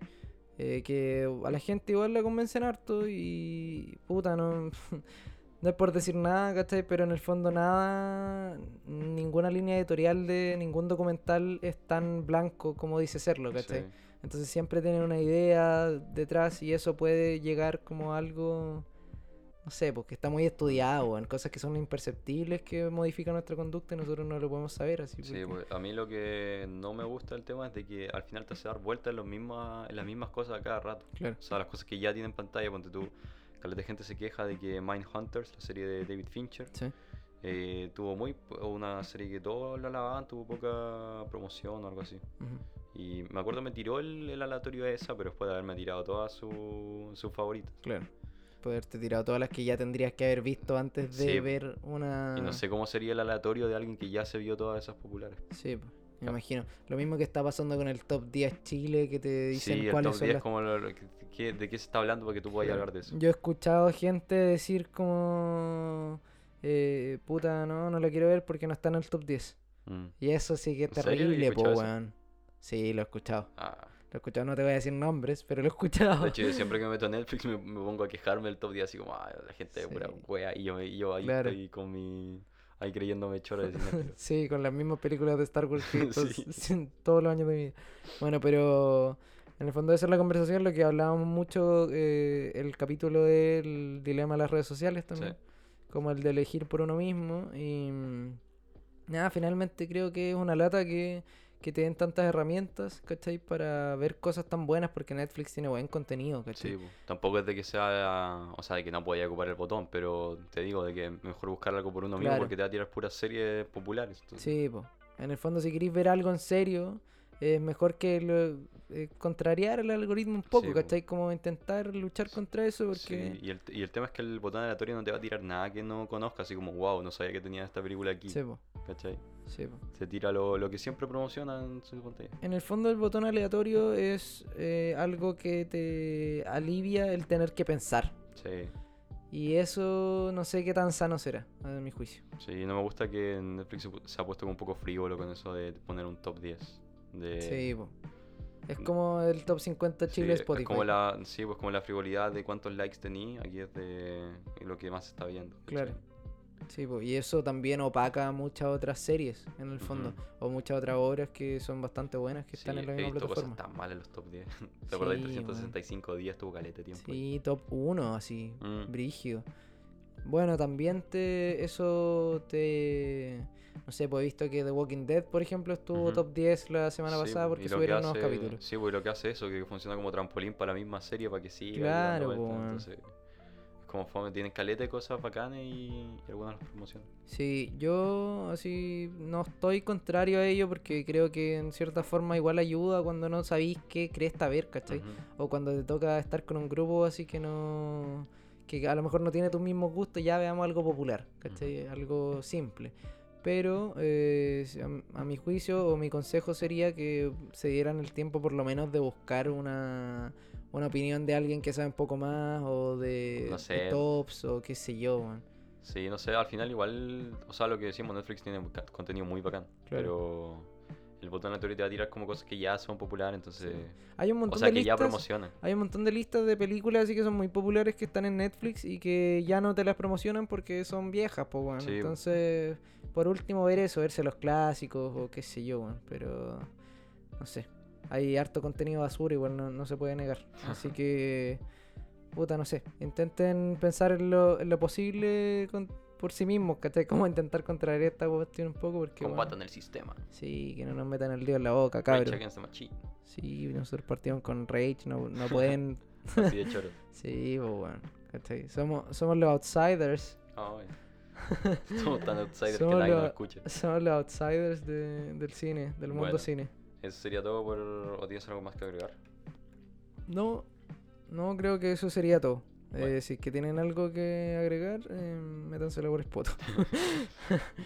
Speaker 2: Eh, que a la gente igual la convencen harto y puta, no, no es por decir nada, ¿cachai? Pero en el fondo nada, ninguna línea editorial de ningún documental es tan blanco como dice serlo, ¿cachai?
Speaker 1: Sí.
Speaker 2: Entonces siempre tienen una idea detrás y eso puede llegar como algo, no sé, porque está muy estudiado, en cosas que son imperceptibles que modifican nuestra conducta y nosotros no lo podemos saber. Así
Speaker 1: Sí,
Speaker 2: porque-
Speaker 1: pues, a mí lo que no me gusta del tema es de que al final te hace dar vueltas en, los mismas- en las mismas cosas a cada rato.
Speaker 2: Claro.
Speaker 1: O sea, las cosas que ya tienen pantalla, ponte tú, caleta de gente se queja de que Mindhunters, la serie de David Fincher,
Speaker 2: Sí.
Speaker 1: Eh, tuvo muy po- una serie que todos la alababan, tuvo poca promoción o algo así.
Speaker 2: Ujú.
Speaker 1: Y me acuerdo me tiró el, el aleatorio de esa, pero después de haberme tirado todas sus sus favoritas.
Speaker 2: Claro. Poderte tirado todas las que ya tendrías que haber visto antes de
Speaker 1: Sí.
Speaker 2: ver una.
Speaker 1: Y no sé cómo sería el aleatorio de alguien que ya se vio todas esas populares.
Speaker 2: Sí, po, me imagino. Lo mismo que está pasando con el top 10 Chile, que te dicen
Speaker 1: sí, el
Speaker 2: cuáles
Speaker 1: top
Speaker 2: son
Speaker 1: 10
Speaker 2: las.
Speaker 1: como lo- lo que- que- de qué se está hablando porque tú puedas hablar de eso.
Speaker 2: Yo he escuchado gente decir como. eh, puta, no, no la quiero ver porque no está en el top 10.
Speaker 1: Mm.
Speaker 2: Y eso sí que es
Speaker 1: ¿En serio? Yo he
Speaker 2: terrible, po,
Speaker 1: escuchado eso.
Speaker 2: weón. Sí, lo he escuchado.
Speaker 1: Ah.
Speaker 2: Lo he escuchado, no te voy a decir nombres, pero lo he escuchado.
Speaker 1: De hecho, yo siempre que me meto a Netflix me, me pongo a quejarme del top 10 así como, ah, la gente de pura
Speaker 2: Sí.
Speaker 1: wea. Y yo, me- y yo ahí
Speaker 2: Claro.
Speaker 1: estoy con mi... Ahí creyéndome chora de cinéfilo.
Speaker 2: Sí, con las mismas películas de Star Wars que he visto
Speaker 1: Sí.
Speaker 2: sin- todos los años de mi vida. Bueno, pero en el fondo esa es la conversación, lo que hablábamos mucho eh, el capítulo del dilema de las redes sociales también, como el de elegir por uno mismo. Y mm, nada, finalmente creo que es una lata que, que te den tantas herramientas, ¿cachai? Para ver cosas tan buenas, porque Netflix tiene buen contenido, ¿cachai?
Speaker 1: Sí, po. tampoco es de que sea, o sea, de que no podía ocupar el botón, pero te digo de que mejor buscar algo por uno mismo
Speaker 2: Claro.
Speaker 1: porque te va a tirar puras series populares. entonces-
Speaker 2: Sí, po. En el fondo, si queréis ver algo en serio, es mejor que lo- eh, contrariar el algoritmo un
Speaker 1: Sí,
Speaker 2: poco,
Speaker 1: po.
Speaker 2: ¿cachai? Como intentar luchar contra eso,
Speaker 1: sí,
Speaker 2: porque.
Speaker 1: Y, el, y el tema es que el botón aleatorio no te va a tirar nada que no conozcas, así como, wow, no sabía que tenía esta película aquí.
Speaker 2: Sí, po.
Speaker 1: ¿Cachai?
Speaker 2: Sí, po.
Speaker 1: Se tira lo, lo que siempre promocionan en su pantalla.
Speaker 2: En el fondo, el botón aleatorio es eh, algo que te alivia el tener que pensar.
Speaker 1: Sí,
Speaker 2: Y eso no sé qué tan sano será, a mi juicio.
Speaker 1: sí, no me gusta que Netflix se, pu- se ha puesto como un poco frívolo con eso de poner un top 10. De,
Speaker 2: Sí, po. Es como el top 50
Speaker 1: Eh, mm. Sí,
Speaker 2: Chile
Speaker 1: es
Speaker 2: Spotify.
Speaker 1: como la, sí, pues como la frivolidad de cuántos likes tenía, aquí es de lo que más se está viendo. ¿cachai?
Speaker 2: Claro. Sí, po, y eso también opaca muchas otras series, en el fondo, o muchas otras obras que son bastante buenas que están
Speaker 1: Sí,
Speaker 2: en la
Speaker 1: he
Speaker 2: misma
Speaker 1: visto
Speaker 2: plataforma.
Speaker 1: cosas tan malas en los top 10. ¿Te acordás?
Speaker 2: Sí, weón.
Speaker 1: 365 días tuvo caleta de tiempo. ahí.
Speaker 2: Sí, top 1, así,
Speaker 1: Mm.
Speaker 2: brígido. Bueno, también te eso te... No sé, pues he visto que The Walking Dead, por ejemplo, estuvo
Speaker 1: Ujú.
Speaker 2: top 10 la semana
Speaker 1: Sí,
Speaker 2: pasada
Speaker 1: po, y
Speaker 2: porque
Speaker 1: lo que
Speaker 2: subieron nuevos
Speaker 1: hace-
Speaker 2: capítulos.
Speaker 1: Sí, pues lo que hace eso, que funciona como trampolín para la misma serie, para que siga. y dando
Speaker 2: Claro, po,
Speaker 1: vueltas,
Speaker 2: weón.
Speaker 1: Entonces, es como fome, tienen caleta de cosas bacanas y, y algunas las promociones.
Speaker 2: Sí, yo así no estoy contrario a ello porque creo que en cierta forma igual ayuda cuando no sabéis qué cresta ver, ¿cachai? O cuando te toca estar con un grupo así que no. que a lo mejor no tiene tus mismos gustos, ya veamos algo popular, ¿cachai? Algo simple. Pero eh, si a, m- a mi juicio o mi consejo sería que se dieran el tiempo por lo menos de buscar una, una opinión de alguien que sabe un poco más o de,
Speaker 1: No
Speaker 2: de
Speaker 1: sé.
Speaker 2: tops o qué sé yo, weón.
Speaker 1: Sí, no sé, al final igual, o sea, lo que decimos, Netflix tiene ca- contenido muy bacán, pero el botón aleatorio te va a tirar como cosas que ya son populares, entonces...
Speaker 2: Hay un
Speaker 1: O
Speaker 2: montón
Speaker 1: sea,
Speaker 2: de
Speaker 1: que ya
Speaker 2: listas.
Speaker 1: promocionan.
Speaker 2: Hay un montón de listas de películas así que son muy populares que están en Netflix y que ya no te las promocionan porque son viejas, pues, weón.
Speaker 1: Sí, po.
Speaker 2: Entonces, por último, ver eso, verse los clásicos o qué sé yo, weón. Pero, no sé. Hay harto contenido basura, igual no, no se puede negar. Así que, puta, no sé. Intenten pensar en lo, en lo posible con- por sí mismos, ¿cachai? Como intentar contrariar esta cuestión un poco porque. weón,
Speaker 1: Combatan el sistema.
Speaker 2: Sí, que no nos metan el dedo en la boca,
Speaker 1: Rage
Speaker 2: cabrón.
Speaker 1: Against the Machine.
Speaker 2: Sí, nosotros partimos con Rage, no, no pueden
Speaker 1: Así de choro.
Speaker 2: Sí, pues bueno. ¿cachai? Somos, somos los outsiders.
Speaker 1: Ah, bueno. Somos tan outsiders que
Speaker 2: Somos
Speaker 1: nadie nos
Speaker 2: los-
Speaker 1: escucha.
Speaker 2: Somos los outsiders de- del cine, del mundo
Speaker 1: Bueno.
Speaker 2: cine.
Speaker 1: Eso sería todo por... ¿O tienes algo más que agregar?
Speaker 2: No, no creo que eso sería todo.
Speaker 1: Bueno.
Speaker 2: Eh, si es que tienen algo que agregar, eh, métanselo por Spoto.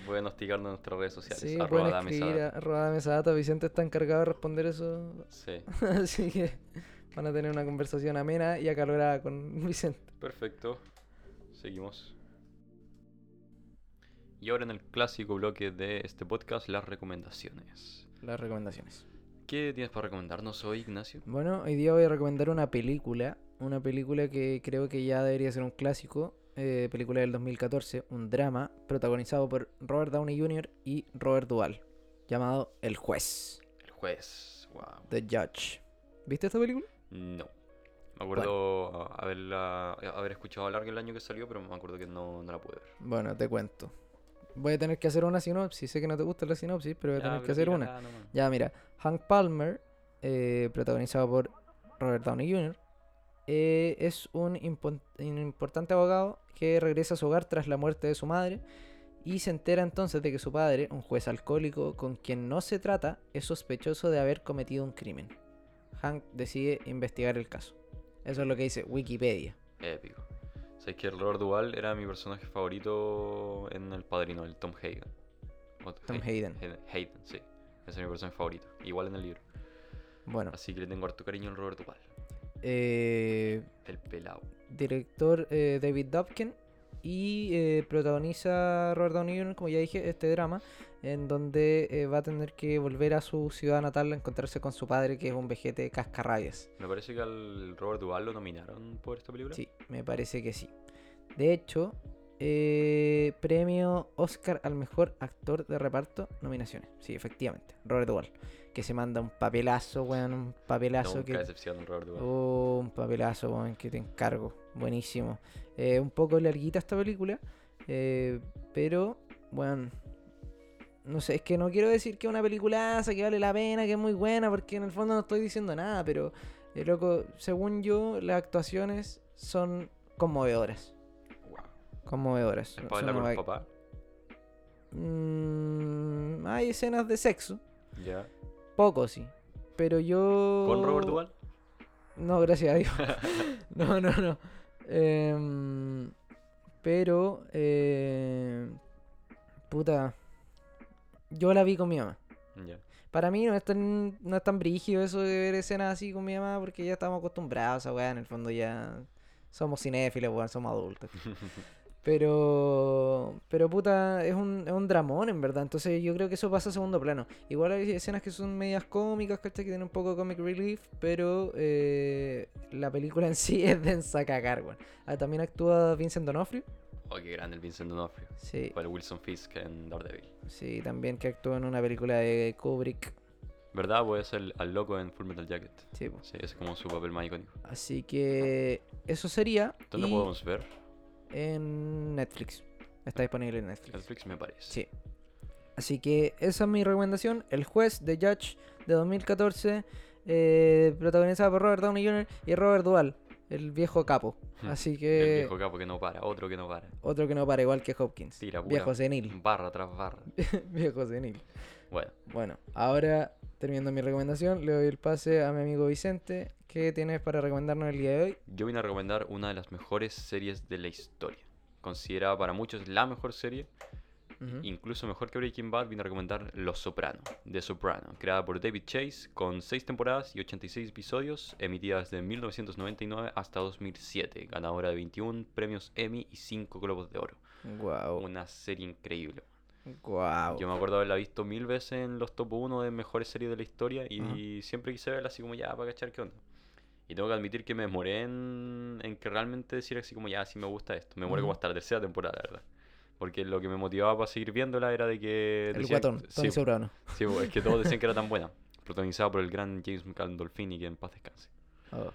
Speaker 1: Pueden hostigarnos en nuestras redes sociales.
Speaker 2: sí,
Speaker 1: arroba
Speaker 2: pueden
Speaker 1: dame esa
Speaker 2: escribir a
Speaker 1: data.
Speaker 2: arroba dame esa data. Vicente está encargado de responder eso.
Speaker 1: Sí,
Speaker 2: Así que van a tener una conversación amena y acalorada con Vicente.
Speaker 1: perfecto. Seguimos. Y ahora en el clásico bloque de este podcast, las recomendaciones.
Speaker 2: Las recomendaciones.
Speaker 1: ¿Qué tienes para recomendarnos hoy, Ignacio?
Speaker 2: Bueno, hoy día voy a recomendar una película, una película que creo que ya debería ser un clásico, eh, película del 2014, un drama protagonizado por Robert Downey Jr. y Robert Duvall, llamado El Juez,
Speaker 1: El juez. Wow.
Speaker 2: The Judge. ¿Viste esta película?
Speaker 1: No. Me acuerdo a- haberla, a- haber escuchado hablar que el año que salió, pero me acuerdo que no, no la pude ver.
Speaker 2: Bueno, te cuento. Voy a tener que hacer una sinopsis, sé que no te gusta la sinopsis, pero voy a
Speaker 1: Ya,
Speaker 2: tener que
Speaker 1: pero
Speaker 2: hacer una.
Speaker 1: tírala nomás.
Speaker 2: Ya, mira, Hank Palmer, eh, protagonizado por Robert Downey Jr., eh, es un impon- un importante abogado que regresa a su hogar tras la muerte de su madre Y se entera entonces de que su padre, un juez alcohólico con quien no se trata, es sospechoso de haber cometido un crimen. Hank decide investigar el caso. Eso es lo que dice Wikipedia.
Speaker 1: Épico. Sabes que el Lord Duval era mi personaje favorito en El Padrino, el Tom Hagen. O
Speaker 2: Tom
Speaker 1: Hay-
Speaker 2: Hayden.
Speaker 1: Hayden. Hayden, sí. Ese es mi personaje favorito. Igual en el libro.
Speaker 2: Ah. Bueno,
Speaker 1: Así que le tengo harto cariño al Robert Duval.
Speaker 2: eh,
Speaker 1: El pelado.
Speaker 2: director eh, David Dobkin y eh, protagoniza Robert Downey Jr., como ya dije, este drama en donde eh, va a tener que volver a su ciudad natal a encontrarse con su padre que es un vejete cascarrabias.
Speaker 1: Me parece que al Robert Duval lo nominaron por esta película.
Speaker 2: Sí, me parece que sí. De hecho, eh, premio Oscar al mejor actor de reparto, nominaciones. Sí, efectivamente, Robert Duvall, que se manda un papelazo, weón, un papelazo
Speaker 1: Nunca
Speaker 2: que...
Speaker 1: decepcionó el Robert Duval.
Speaker 2: Oh, un papelazo, weón, que te encargo. Buenísimo. Eh, un poco larguita esta película, eh, pero, bueno, no sé, es que no quiero decir que es una peliculaza, que vale la pena, que es muy buena, porque en el fondo no estoy diciendo nada, pero, eh, loco, según yo, las actuaciones son conmovedoras.
Speaker 1: Wow.
Speaker 2: Conmovedoras.
Speaker 1: El
Speaker 2: Son
Speaker 1: padre habla
Speaker 2: una
Speaker 1: con el
Speaker 2: va-
Speaker 1: papá.
Speaker 2: Mm, hay escenas de sexo,
Speaker 1: Ya.
Speaker 2: poco sí, pero yo...
Speaker 1: Con Robert Duval.
Speaker 2: No, gracias a Dios. no, no, no. Em, pero, em, puta, yo la vi con mi mamá.
Speaker 1: Ya.
Speaker 2: Para mí no es tan, no es tan brígido eso de ver escenas así con mi mamá porque ya estamos acostumbrados a weá, en el fondo ya somos cinéfilos, weón, somos adultos. Pero, pero puta, es un, es un dramón en verdad, entonces yo creo que eso pasa a segundo plano. Igual hay escenas que son medias cómicas, ¿cachai? Que tienen un poco de comic relief, pero eh, la película en sí es densa a cagar, weón. Ah, También actúa Vincent D'Onofrio.
Speaker 1: Oh, qué grande el Vincent D'Onofrio.
Speaker 2: Sí,
Speaker 1: Para Wilson Fisk en Daredevil.
Speaker 2: sí, también que actúa en una película de Kubrick.
Speaker 1: ¿Verdad? Voy a ser al loco en Full Metal Jacket.
Speaker 2: Sí, po.
Speaker 1: Sí, ese es como su papel más icónico.
Speaker 2: Así que eso sería.
Speaker 1: ¿Dónde
Speaker 2: y-
Speaker 1: podemos ver?
Speaker 2: en Netflix. Está disponible en Netflix.
Speaker 1: Netflix me parece.
Speaker 2: Sí. Así que esa es mi recomendación. El juez de Judge de 2014, eh, protagonizada por Robert Downey Jr. y Robert Duval, el viejo capo. Así
Speaker 1: Hmm. El
Speaker 2: que
Speaker 1: viejo capo que no para, otro que no para.
Speaker 2: otro que no para igual que Hopkins.
Speaker 1: Tira pura Hmm.
Speaker 2: viejo senil.
Speaker 1: barra tras barra.
Speaker 2: viejo senil.
Speaker 1: Bueno,
Speaker 2: Bueno, ahora terminando mi recomendación, le doy el pase a mi amigo Vicente. ¿Qué tienes para recomendarnos el día de hoy?
Speaker 1: yo vine a recomendar una de las mejores series de la historia. Considerada para muchos la mejor serie,
Speaker 2: Ujú.
Speaker 1: incluso mejor que Breaking Bad, vine a recomendar Los Soprano, de Soprano, creada por David Chase, con 6 temporadas y 86 episodios, emitidas de 1999 hasta 2007, ganadora de 21 premios Emmy y 5 Globos de Oro.
Speaker 2: Guau.
Speaker 1: Una serie increíble.
Speaker 2: Guau.
Speaker 1: Yo me acuerdo haberla visto mil veces en los top 1 de mejores series de la historia y siempre quise verla así como ya para cachar qué onda. Y tengo que admitir que me demoré en, en que realmente decir así como ya, sí me gusta esto. Me demoré como
Speaker 2: Ujú.
Speaker 1: hasta la tercera temporada, la verdad. Porque lo que me motivaba para seguir viéndola era de Eh, que...
Speaker 2: El
Speaker 1: decían-
Speaker 2: guatón,
Speaker 1: sí,
Speaker 2: Tony Soprano.
Speaker 1: sí, pues, es que todos decían que era tan buena. Protagonizada por el gran James Gandolfini, que en paz descanse.
Speaker 2: Oh.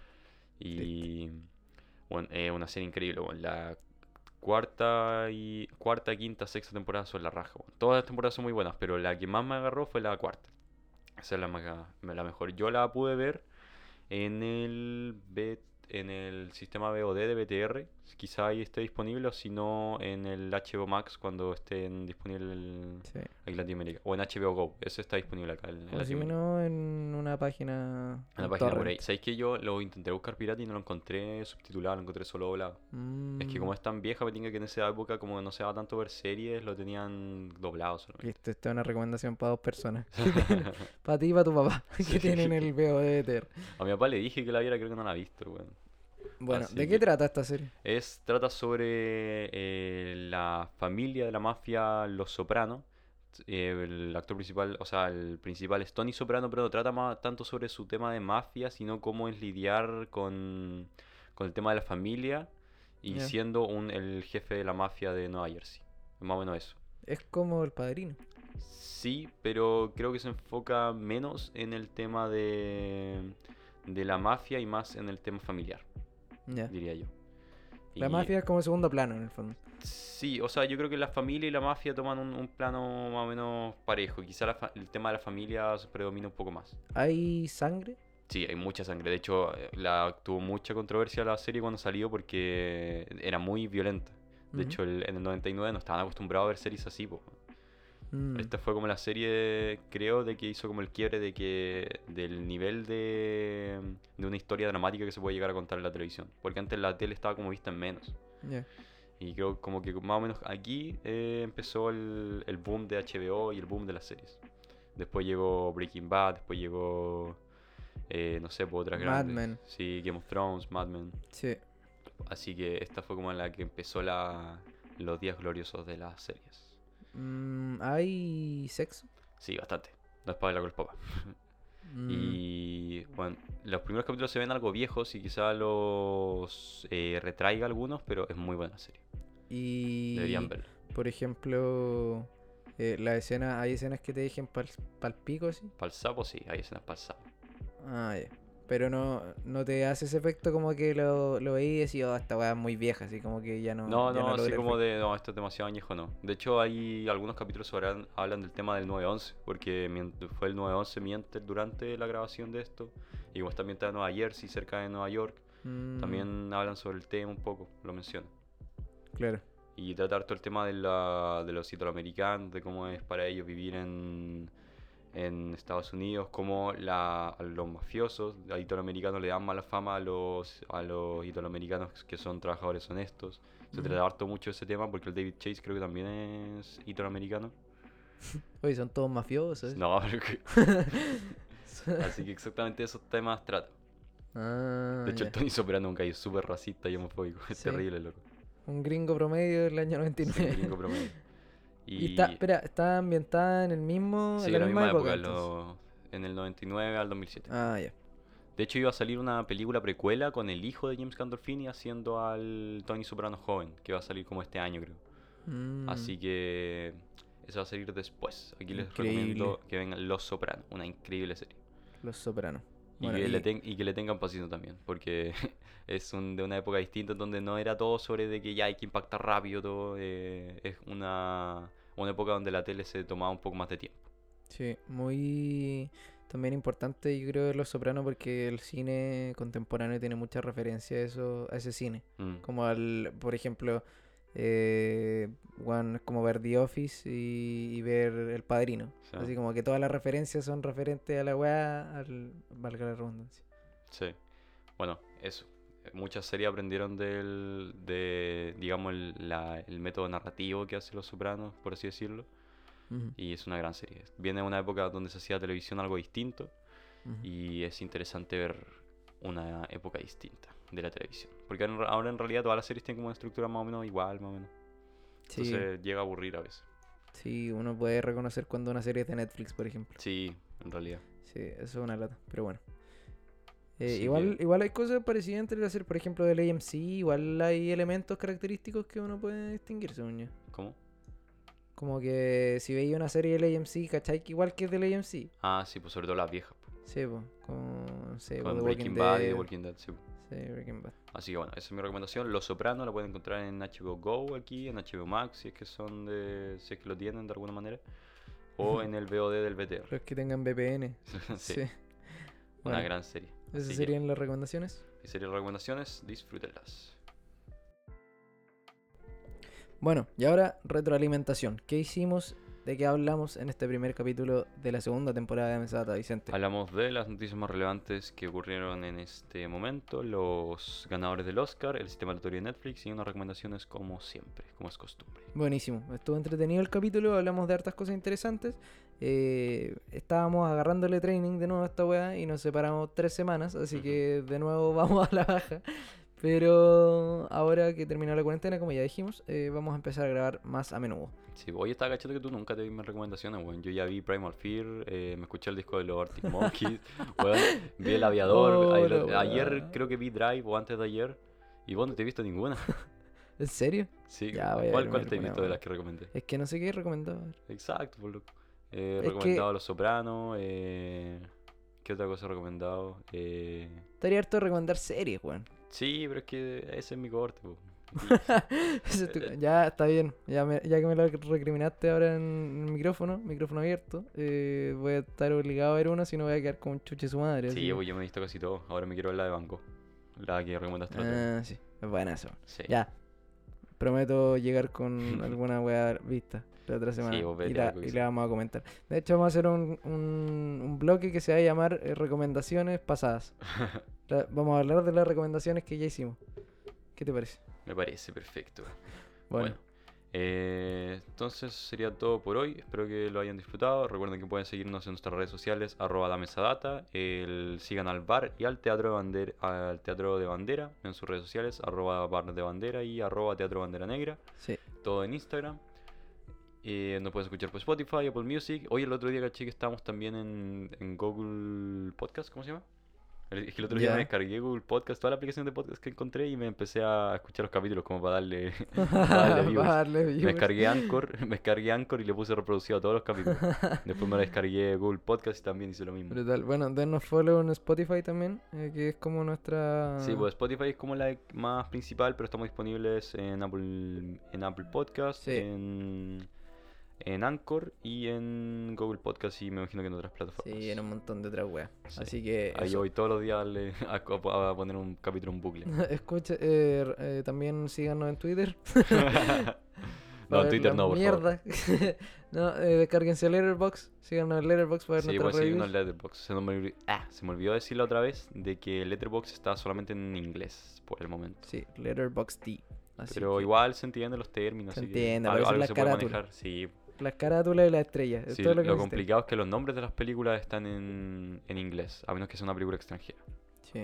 Speaker 1: Y bueno, es una serie increíble, bueno, la cuarta y cuarta, quinta, sexta temporada son la raja, bueno. Todas las temporadas son muy buenas, pero la que más me agarró fue la cuarta. Esa es la, más- la mejor. Yo la pude ver en el B- en el sistema VOD de BTR, quizá ahí esté disponible, o si no en el HBO Max cuando estén disponible el,
Speaker 2: Sí.
Speaker 1: aquí en Latinoamérica. O en HBO Go, eso está disponible acá en, en
Speaker 2: O si
Speaker 1: Latinoamérica.
Speaker 2: no, en una página.
Speaker 1: En la
Speaker 2: un
Speaker 1: página por
Speaker 2: torrent.
Speaker 1: ahí. ¿Sabéis que yo lo intenté buscar pirata y no lo encontré subtitulado, lo encontré solo doblado? Es que
Speaker 2: Mm,
Speaker 1: como es tan vieja, me tinca que en esa época como no se daba tanto ver series, lo tenían doblado solamente.
Speaker 2: Listo, esta es una recomendación para dos personas. para ti y para tu papá, que
Speaker 1: Sí.
Speaker 2: tienen el VOD de Ter.
Speaker 1: A mi papá le dije que la viera, creo que no la ha visto, weón.
Speaker 2: Bueno,
Speaker 1: Así
Speaker 2: ¿de
Speaker 1: que-
Speaker 2: qué trata esta serie?
Speaker 1: Es, trata sobre eh, la familia de la mafia Los Soprano. Eh, el actor principal, o sea, el principal es Tony Soprano, pero no trata más tanto sobre su tema de mafia, sino cómo es lidiar con, con el tema de la familia y
Speaker 2: Ya.
Speaker 1: siendo un, el jefe de la mafia de Nueva Jersey. Más o menos eso.
Speaker 2: Es como el padrino.
Speaker 1: Sí, pero creo que se enfoca menos en el tema de, de la mafia y más en el tema familiar,
Speaker 2: Ya.
Speaker 1: diría yo.
Speaker 2: La
Speaker 1: Y-
Speaker 2: mafia es como segundo plano, en el fondo.
Speaker 1: Sí, o sea, yo creo que la familia y la mafia toman un, un plano más o menos parejo. Quizá la fa- el tema de la familia se predomina un poco más.
Speaker 2: ¿Hay sangre?
Speaker 1: Sí, hay mucha sangre. De hecho, eh, la, tuvo mucha controversia la serie cuando salió porque era muy violenta. De hecho, el- en el 99 no estaban acostumbrados a ver series así, po.
Speaker 2: Mm.
Speaker 1: Esta fue como la serie, creo, de que hizo como el quiebre de que del nivel de, de una historia dramática que se puede llegar a contar en la televisión. Porque antes la tele estaba como vista en menos.
Speaker 2: Ya.
Speaker 1: Y creo como que más o menos aquí eh, empezó el, el boom de HBO y el boom de las series. Después llegó Breaking Bad, después llegó, eh, no sé, por otras
Speaker 2: Mad
Speaker 1: grandes.
Speaker 2: Men.
Speaker 1: Sí, Game of Thrones, Mad Men.
Speaker 2: Sí.
Speaker 1: Así que esta fue como la que empezó la, los días gloriosos de las series.
Speaker 2: Mm, ¿Hay sexo?
Speaker 1: Sí, bastante. No es para bailar con los papás.
Speaker 2: Mm,
Speaker 1: Y bueno, los primeros capítulos se ven algo viejos y quizá los eh, retraiga algunos, pero es muy buena la serie.
Speaker 2: y,
Speaker 1: Deberían verla.
Speaker 2: por ejemplo, eh, la escena, hay escenas que te dejen pal, pal pico así.
Speaker 1: Para el sapo, sí, hay escenas para el sapo.
Speaker 2: Ah, ya. Pero no, no te hace ese efecto como que lo, lo veí y decís, oh, esta weá es muy vieja, así como que ya no.
Speaker 1: No,
Speaker 2: ya
Speaker 1: no, así
Speaker 2: logra
Speaker 1: como
Speaker 2: efecto.
Speaker 1: de, no, esto es demasiado añejo, no. De hecho, hay algunos capítulos sobre hablan, hablan del tema del 9-11, porque mien- fue el 9-11 mientras, durante la grabación de esto, y como está ambientada en Nueva Jersey, cerca de Nueva York,
Speaker 2: Mm,
Speaker 1: también hablan sobre el tema un poco, lo mencionan.
Speaker 2: Claro.
Speaker 1: y tratar todo el tema de, la, de los italoamericanos, de cómo es para ellos vivir en, en Estados Unidos, cómo la, a los mafiosos a italoamericanos le dan mala fama a los, a los italoamericanos que son trabajadores honestos. Se
Speaker 2: Ujú.
Speaker 1: trata harto mucho ese tema porque el David Chase creo que también es italoamericano.
Speaker 2: Oye, son todos mafiosos. ¿eh?
Speaker 1: No, pero que- así que exactamente esos temas trata.
Speaker 2: Ah,
Speaker 1: De hecho,
Speaker 2: ya.
Speaker 1: el Tony Soprano nunca es súper racista y homofóbico. Es
Speaker 2: Sí.
Speaker 1: terrible, loco.
Speaker 2: Un gringo promedio del año
Speaker 1: Sí,
Speaker 2: 99.
Speaker 1: un gringo promedio.
Speaker 2: Y está, espera, está ambientada en el mismo,
Speaker 1: Sí,
Speaker 2: en
Speaker 1: la,
Speaker 2: la,
Speaker 1: misma, época,
Speaker 2: entonces.
Speaker 1: lo- en el 99 al 2007.
Speaker 2: Ah, ya.
Speaker 1: De hecho, iba a salir una película precuela con el hijo de James Gandolfini haciendo al Tony Soprano joven, que va a salir como este año, creo.
Speaker 2: Mm,
Speaker 1: Así que eso va a salir después. Aquí les
Speaker 2: Increíble.
Speaker 1: recomiendo que vengan Los Soprano, una increíble serie.
Speaker 2: Los Sopranos.
Speaker 1: Y, E que, Le ten- y que le tengan pasito también, porque es un- de una época distinta donde no era todo sobre de que ya hay que impactar rápido, todo. eh, es una, una época donde la tele se tomaba un poco más de tiempo.
Speaker 2: Sí, muy también importante, yo creo, Los Sopranos, porque el cine contemporáneo tiene mucha referencia a, eso, a ese cine.
Speaker 1: Mm.
Speaker 2: Como al, por ejemplo, eh, weón, es como ver The Office y, y ver El Padrino.
Speaker 1: Sí.
Speaker 2: Así como que todas las referencias son referentes a la weá, al, valga la redundancia.
Speaker 1: Sí. Bueno, eso. Muchas series aprendieron del, de, digamos, el, la- el método narrativo que hace Los Sopranos, por así decirlo.
Speaker 2: Ujú,
Speaker 1: Y es una gran serie. Viene una época donde se hacía televisión algo distinto
Speaker 2: ujú.
Speaker 1: y es interesante ver una época distinta de la televisión. Porque ahora en re- ahora en realidad todas las series tienen como una estructura más o menos igual, más o menos.
Speaker 2: Sí.
Speaker 1: Entonces llega a aburrir a veces.
Speaker 2: Sí, uno puede reconocer cuando una serie es de Netflix, por ejemplo.
Speaker 1: Sí, en realidad.
Speaker 2: Sí, eso es una lata, pero bueno. Eh,
Speaker 1: Así
Speaker 2: igual,
Speaker 1: que-
Speaker 2: igual hay cosas parecidas entre la serie, por ejemplo, del AMC, igual hay elementos característicos que uno puede distinguir, según yo.
Speaker 1: ¿Cómo?
Speaker 2: Como que si veía una serie del AMC, ¿cachai? Que Igual que es del AMC. Sí,
Speaker 1: Ah, sí, pues sobre todo las viejas. po.
Speaker 2: pues, como, no sé, po,
Speaker 1: Con
Speaker 2: The
Speaker 1: Breaking
Speaker 2: Eh, Walking
Speaker 1: Bad y The
Speaker 2: Dead.
Speaker 1: Walking Dead, sí. po.
Speaker 2: Sí, Breaking Bad.
Speaker 1: Así que bueno, esa es mi recomendación. Los Sopranos la pueden encontrar en HBO Go aquí, en HBO Max, si es que son de, si es que lo tienen de alguna manera. O en el VOD del BTR.
Speaker 2: Los que tengan VPN.
Speaker 1: sí,
Speaker 2: Sí.
Speaker 1: Una
Speaker 2: Bueno,
Speaker 1: gran serie. Así
Speaker 2: Esas
Speaker 1: que,
Speaker 2: serían las recomendaciones.
Speaker 1: mis series de recomendaciones, disfrútenlas.
Speaker 2: Bueno, y ahora retroalimentación. ¿Qué hicimos? ¿De qué hablamos en este primer capítulo de la segunda temporada de Mesada Vicente?
Speaker 1: Hablamos de las noticias más relevantes que ocurrieron en este momento, los ganadores del Oscar, el sistema aleatorio de Netflix y unas recomendaciones como siempre, como es costumbre.
Speaker 2: Buenísimo, estuvo entretenido el capítulo, hablamos de hartas cosas interesantes. eh, estábamos agarrándole training de nuevo a esta weá y nos separamos tres semanas, así
Speaker 1: Ujú.
Speaker 2: que de nuevo vamos a la baja. Pero ahora que terminó la cuarentena, como ya dijimos, eh, vamos a empezar a grabar más a menudo.
Speaker 1: Sí, hoy estaba cachando que tú nunca te di mis recomendaciones, weón. Yo ya vi Primal Fear, eh, me escuché el disco de los Arctic Monkeys, weón, vi El Aviador.
Speaker 2: Oh,
Speaker 1: ayer,
Speaker 2: la
Speaker 1: ayer
Speaker 2: weá.
Speaker 1: creo que vi Drive o antes de ayer. Y vos no te he visto ninguna.
Speaker 2: ¿En serio?
Speaker 1: Sí,
Speaker 2: Ya, voy a
Speaker 1: ¿cuál,
Speaker 2: verme
Speaker 1: cuál te he
Speaker 2: alguna,
Speaker 1: visto de
Speaker 2: weón.
Speaker 1: las que recomendé?
Speaker 2: Es que no sé qué recomendar.
Speaker 1: Exacto, por loco. Eh,
Speaker 2: Es que-
Speaker 1: recomendado Los Sopranos. Eh, ¿Qué otra cosa he recomendado? Eh,
Speaker 2: Estaría harto de recomendar series, weón. po.
Speaker 1: sí, pero es que ese es mi corte, po.
Speaker 2: Eso es tu-
Speaker 1: Eh,
Speaker 2: ya está bien, ya, me- ya que me lo recriminaste ahora en el micrófono, micrófono abierto, eh, voy a estar obligado a ver uno si no voy a quedar con un chuche su madre. así
Speaker 1: Sí,
Speaker 2: que-
Speaker 1: pues yo me he visto casi todo. Ahora me quiero ver la de Banco. La que recomendaste la otra vez.
Speaker 2: Ah, sí, es buena eso.
Speaker 1: Sí.
Speaker 2: Ya. Prometo llegar con alguna weá vista la otra semana.
Speaker 1: vos
Speaker 2: y,
Speaker 1: vete,
Speaker 2: la,
Speaker 1: algo que
Speaker 2: y
Speaker 1: sí.
Speaker 2: la vamos a comentar. De hecho, vamos a hacer un, un- un bloque que se va a llamar eh, Recomendaciones Pasadas. La- vamos a hablar de las recomendaciones que ya hicimos. ¿Qué te parece?
Speaker 1: Me parece perfecto.
Speaker 2: Bueno,
Speaker 1: Bueno. eh, entonces sería todo por hoy. Espero que lo hayan disfrutado. Recuerden que pueden seguirnos en nuestras redes sociales, arroba la mesa data. El, sigan al bar y al teatro, de bandera, al teatro de bandera en sus redes sociales, arroba bar de bandera y arroba teatro bandera negra.
Speaker 2: sí.
Speaker 1: Todo en Instagram. Eh, nos pueden escuchar por Spotify, Apple Music. Hoy el otro día caché que estábamos también en, en Google Podcast, ¿cómo se llama? El- Es que el otro día
Speaker 2: Ya.
Speaker 1: me descargué Google Podcast, toda la aplicación de podcast que encontré y me empecé a escuchar los capítulos como para darle, para darle views.
Speaker 2: Vale, viewers.
Speaker 1: Me descargué Anchor, me descargué Anchor y le puse reproducido a todos los capítulos. Después me lo descargué Google Podcast y también hice lo mismo.
Speaker 2: Brutal. Bueno, denos follow en Spotify también, eh, que es como nuestra...
Speaker 1: Sí, pues Spotify es como la más principal, pero estamos disponibles en Apple, en Apple Podcast,
Speaker 2: Sí.
Speaker 1: en, en Anchor y en Google Podcast y me imagino que en otras plataformas.
Speaker 2: Sí, en un montón de otras weas.
Speaker 1: pues. Sí.
Speaker 2: Así que...
Speaker 1: Ahí
Speaker 2: eso.
Speaker 1: voy todos los días a, darle- a- a- a poner un capítulo en bucle.
Speaker 2: Escucha, eh, r- eh, también síganos en Twitter.
Speaker 1: no, en Twitter no, por favor.
Speaker 2: mierda. no, eh, descárguense Letterboxd, síganos en Letterboxd para ver
Speaker 1: Sí, voy a
Speaker 2: nuestras
Speaker 1: seguirnos
Speaker 2: reviews.
Speaker 1: en Letterboxd. Se me, olvi- ah, se me olvidó decirlo otra vez de que Letterboxd está solamente en inglés por el momento.
Speaker 2: Sí, Letterboxd. Así
Speaker 1: Pero
Speaker 2: que
Speaker 1: igual se entienden los términos.
Speaker 2: Se
Speaker 1: así que
Speaker 2: entiende,
Speaker 1: algo,
Speaker 2: aparecen
Speaker 1: algo
Speaker 2: las
Speaker 1: se puede
Speaker 2: carátulas.
Speaker 1: manejar. Sí,
Speaker 2: Las carátulas y las estrellas. es
Speaker 1: sí,
Speaker 2: todo
Speaker 1: lo,
Speaker 2: lo que necesitan.
Speaker 1: complicado es que los nombres de las películas están en, en inglés, a menos que sea una película extranjera.
Speaker 2: Sí,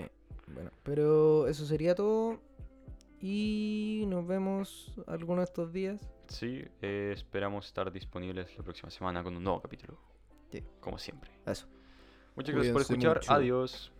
Speaker 2: bueno. Pero eso sería todo. Y nos vemos alguno de estos días.
Speaker 1: Sí, eh, esperamos estar disponibles la próxima semana con un nuevo capítulo.
Speaker 2: Sí.
Speaker 1: Como siempre.
Speaker 2: Eso.
Speaker 1: Muchas gracias por
Speaker 2: Cuídense
Speaker 1: escuchar.
Speaker 2: mucho.
Speaker 1: Adiós.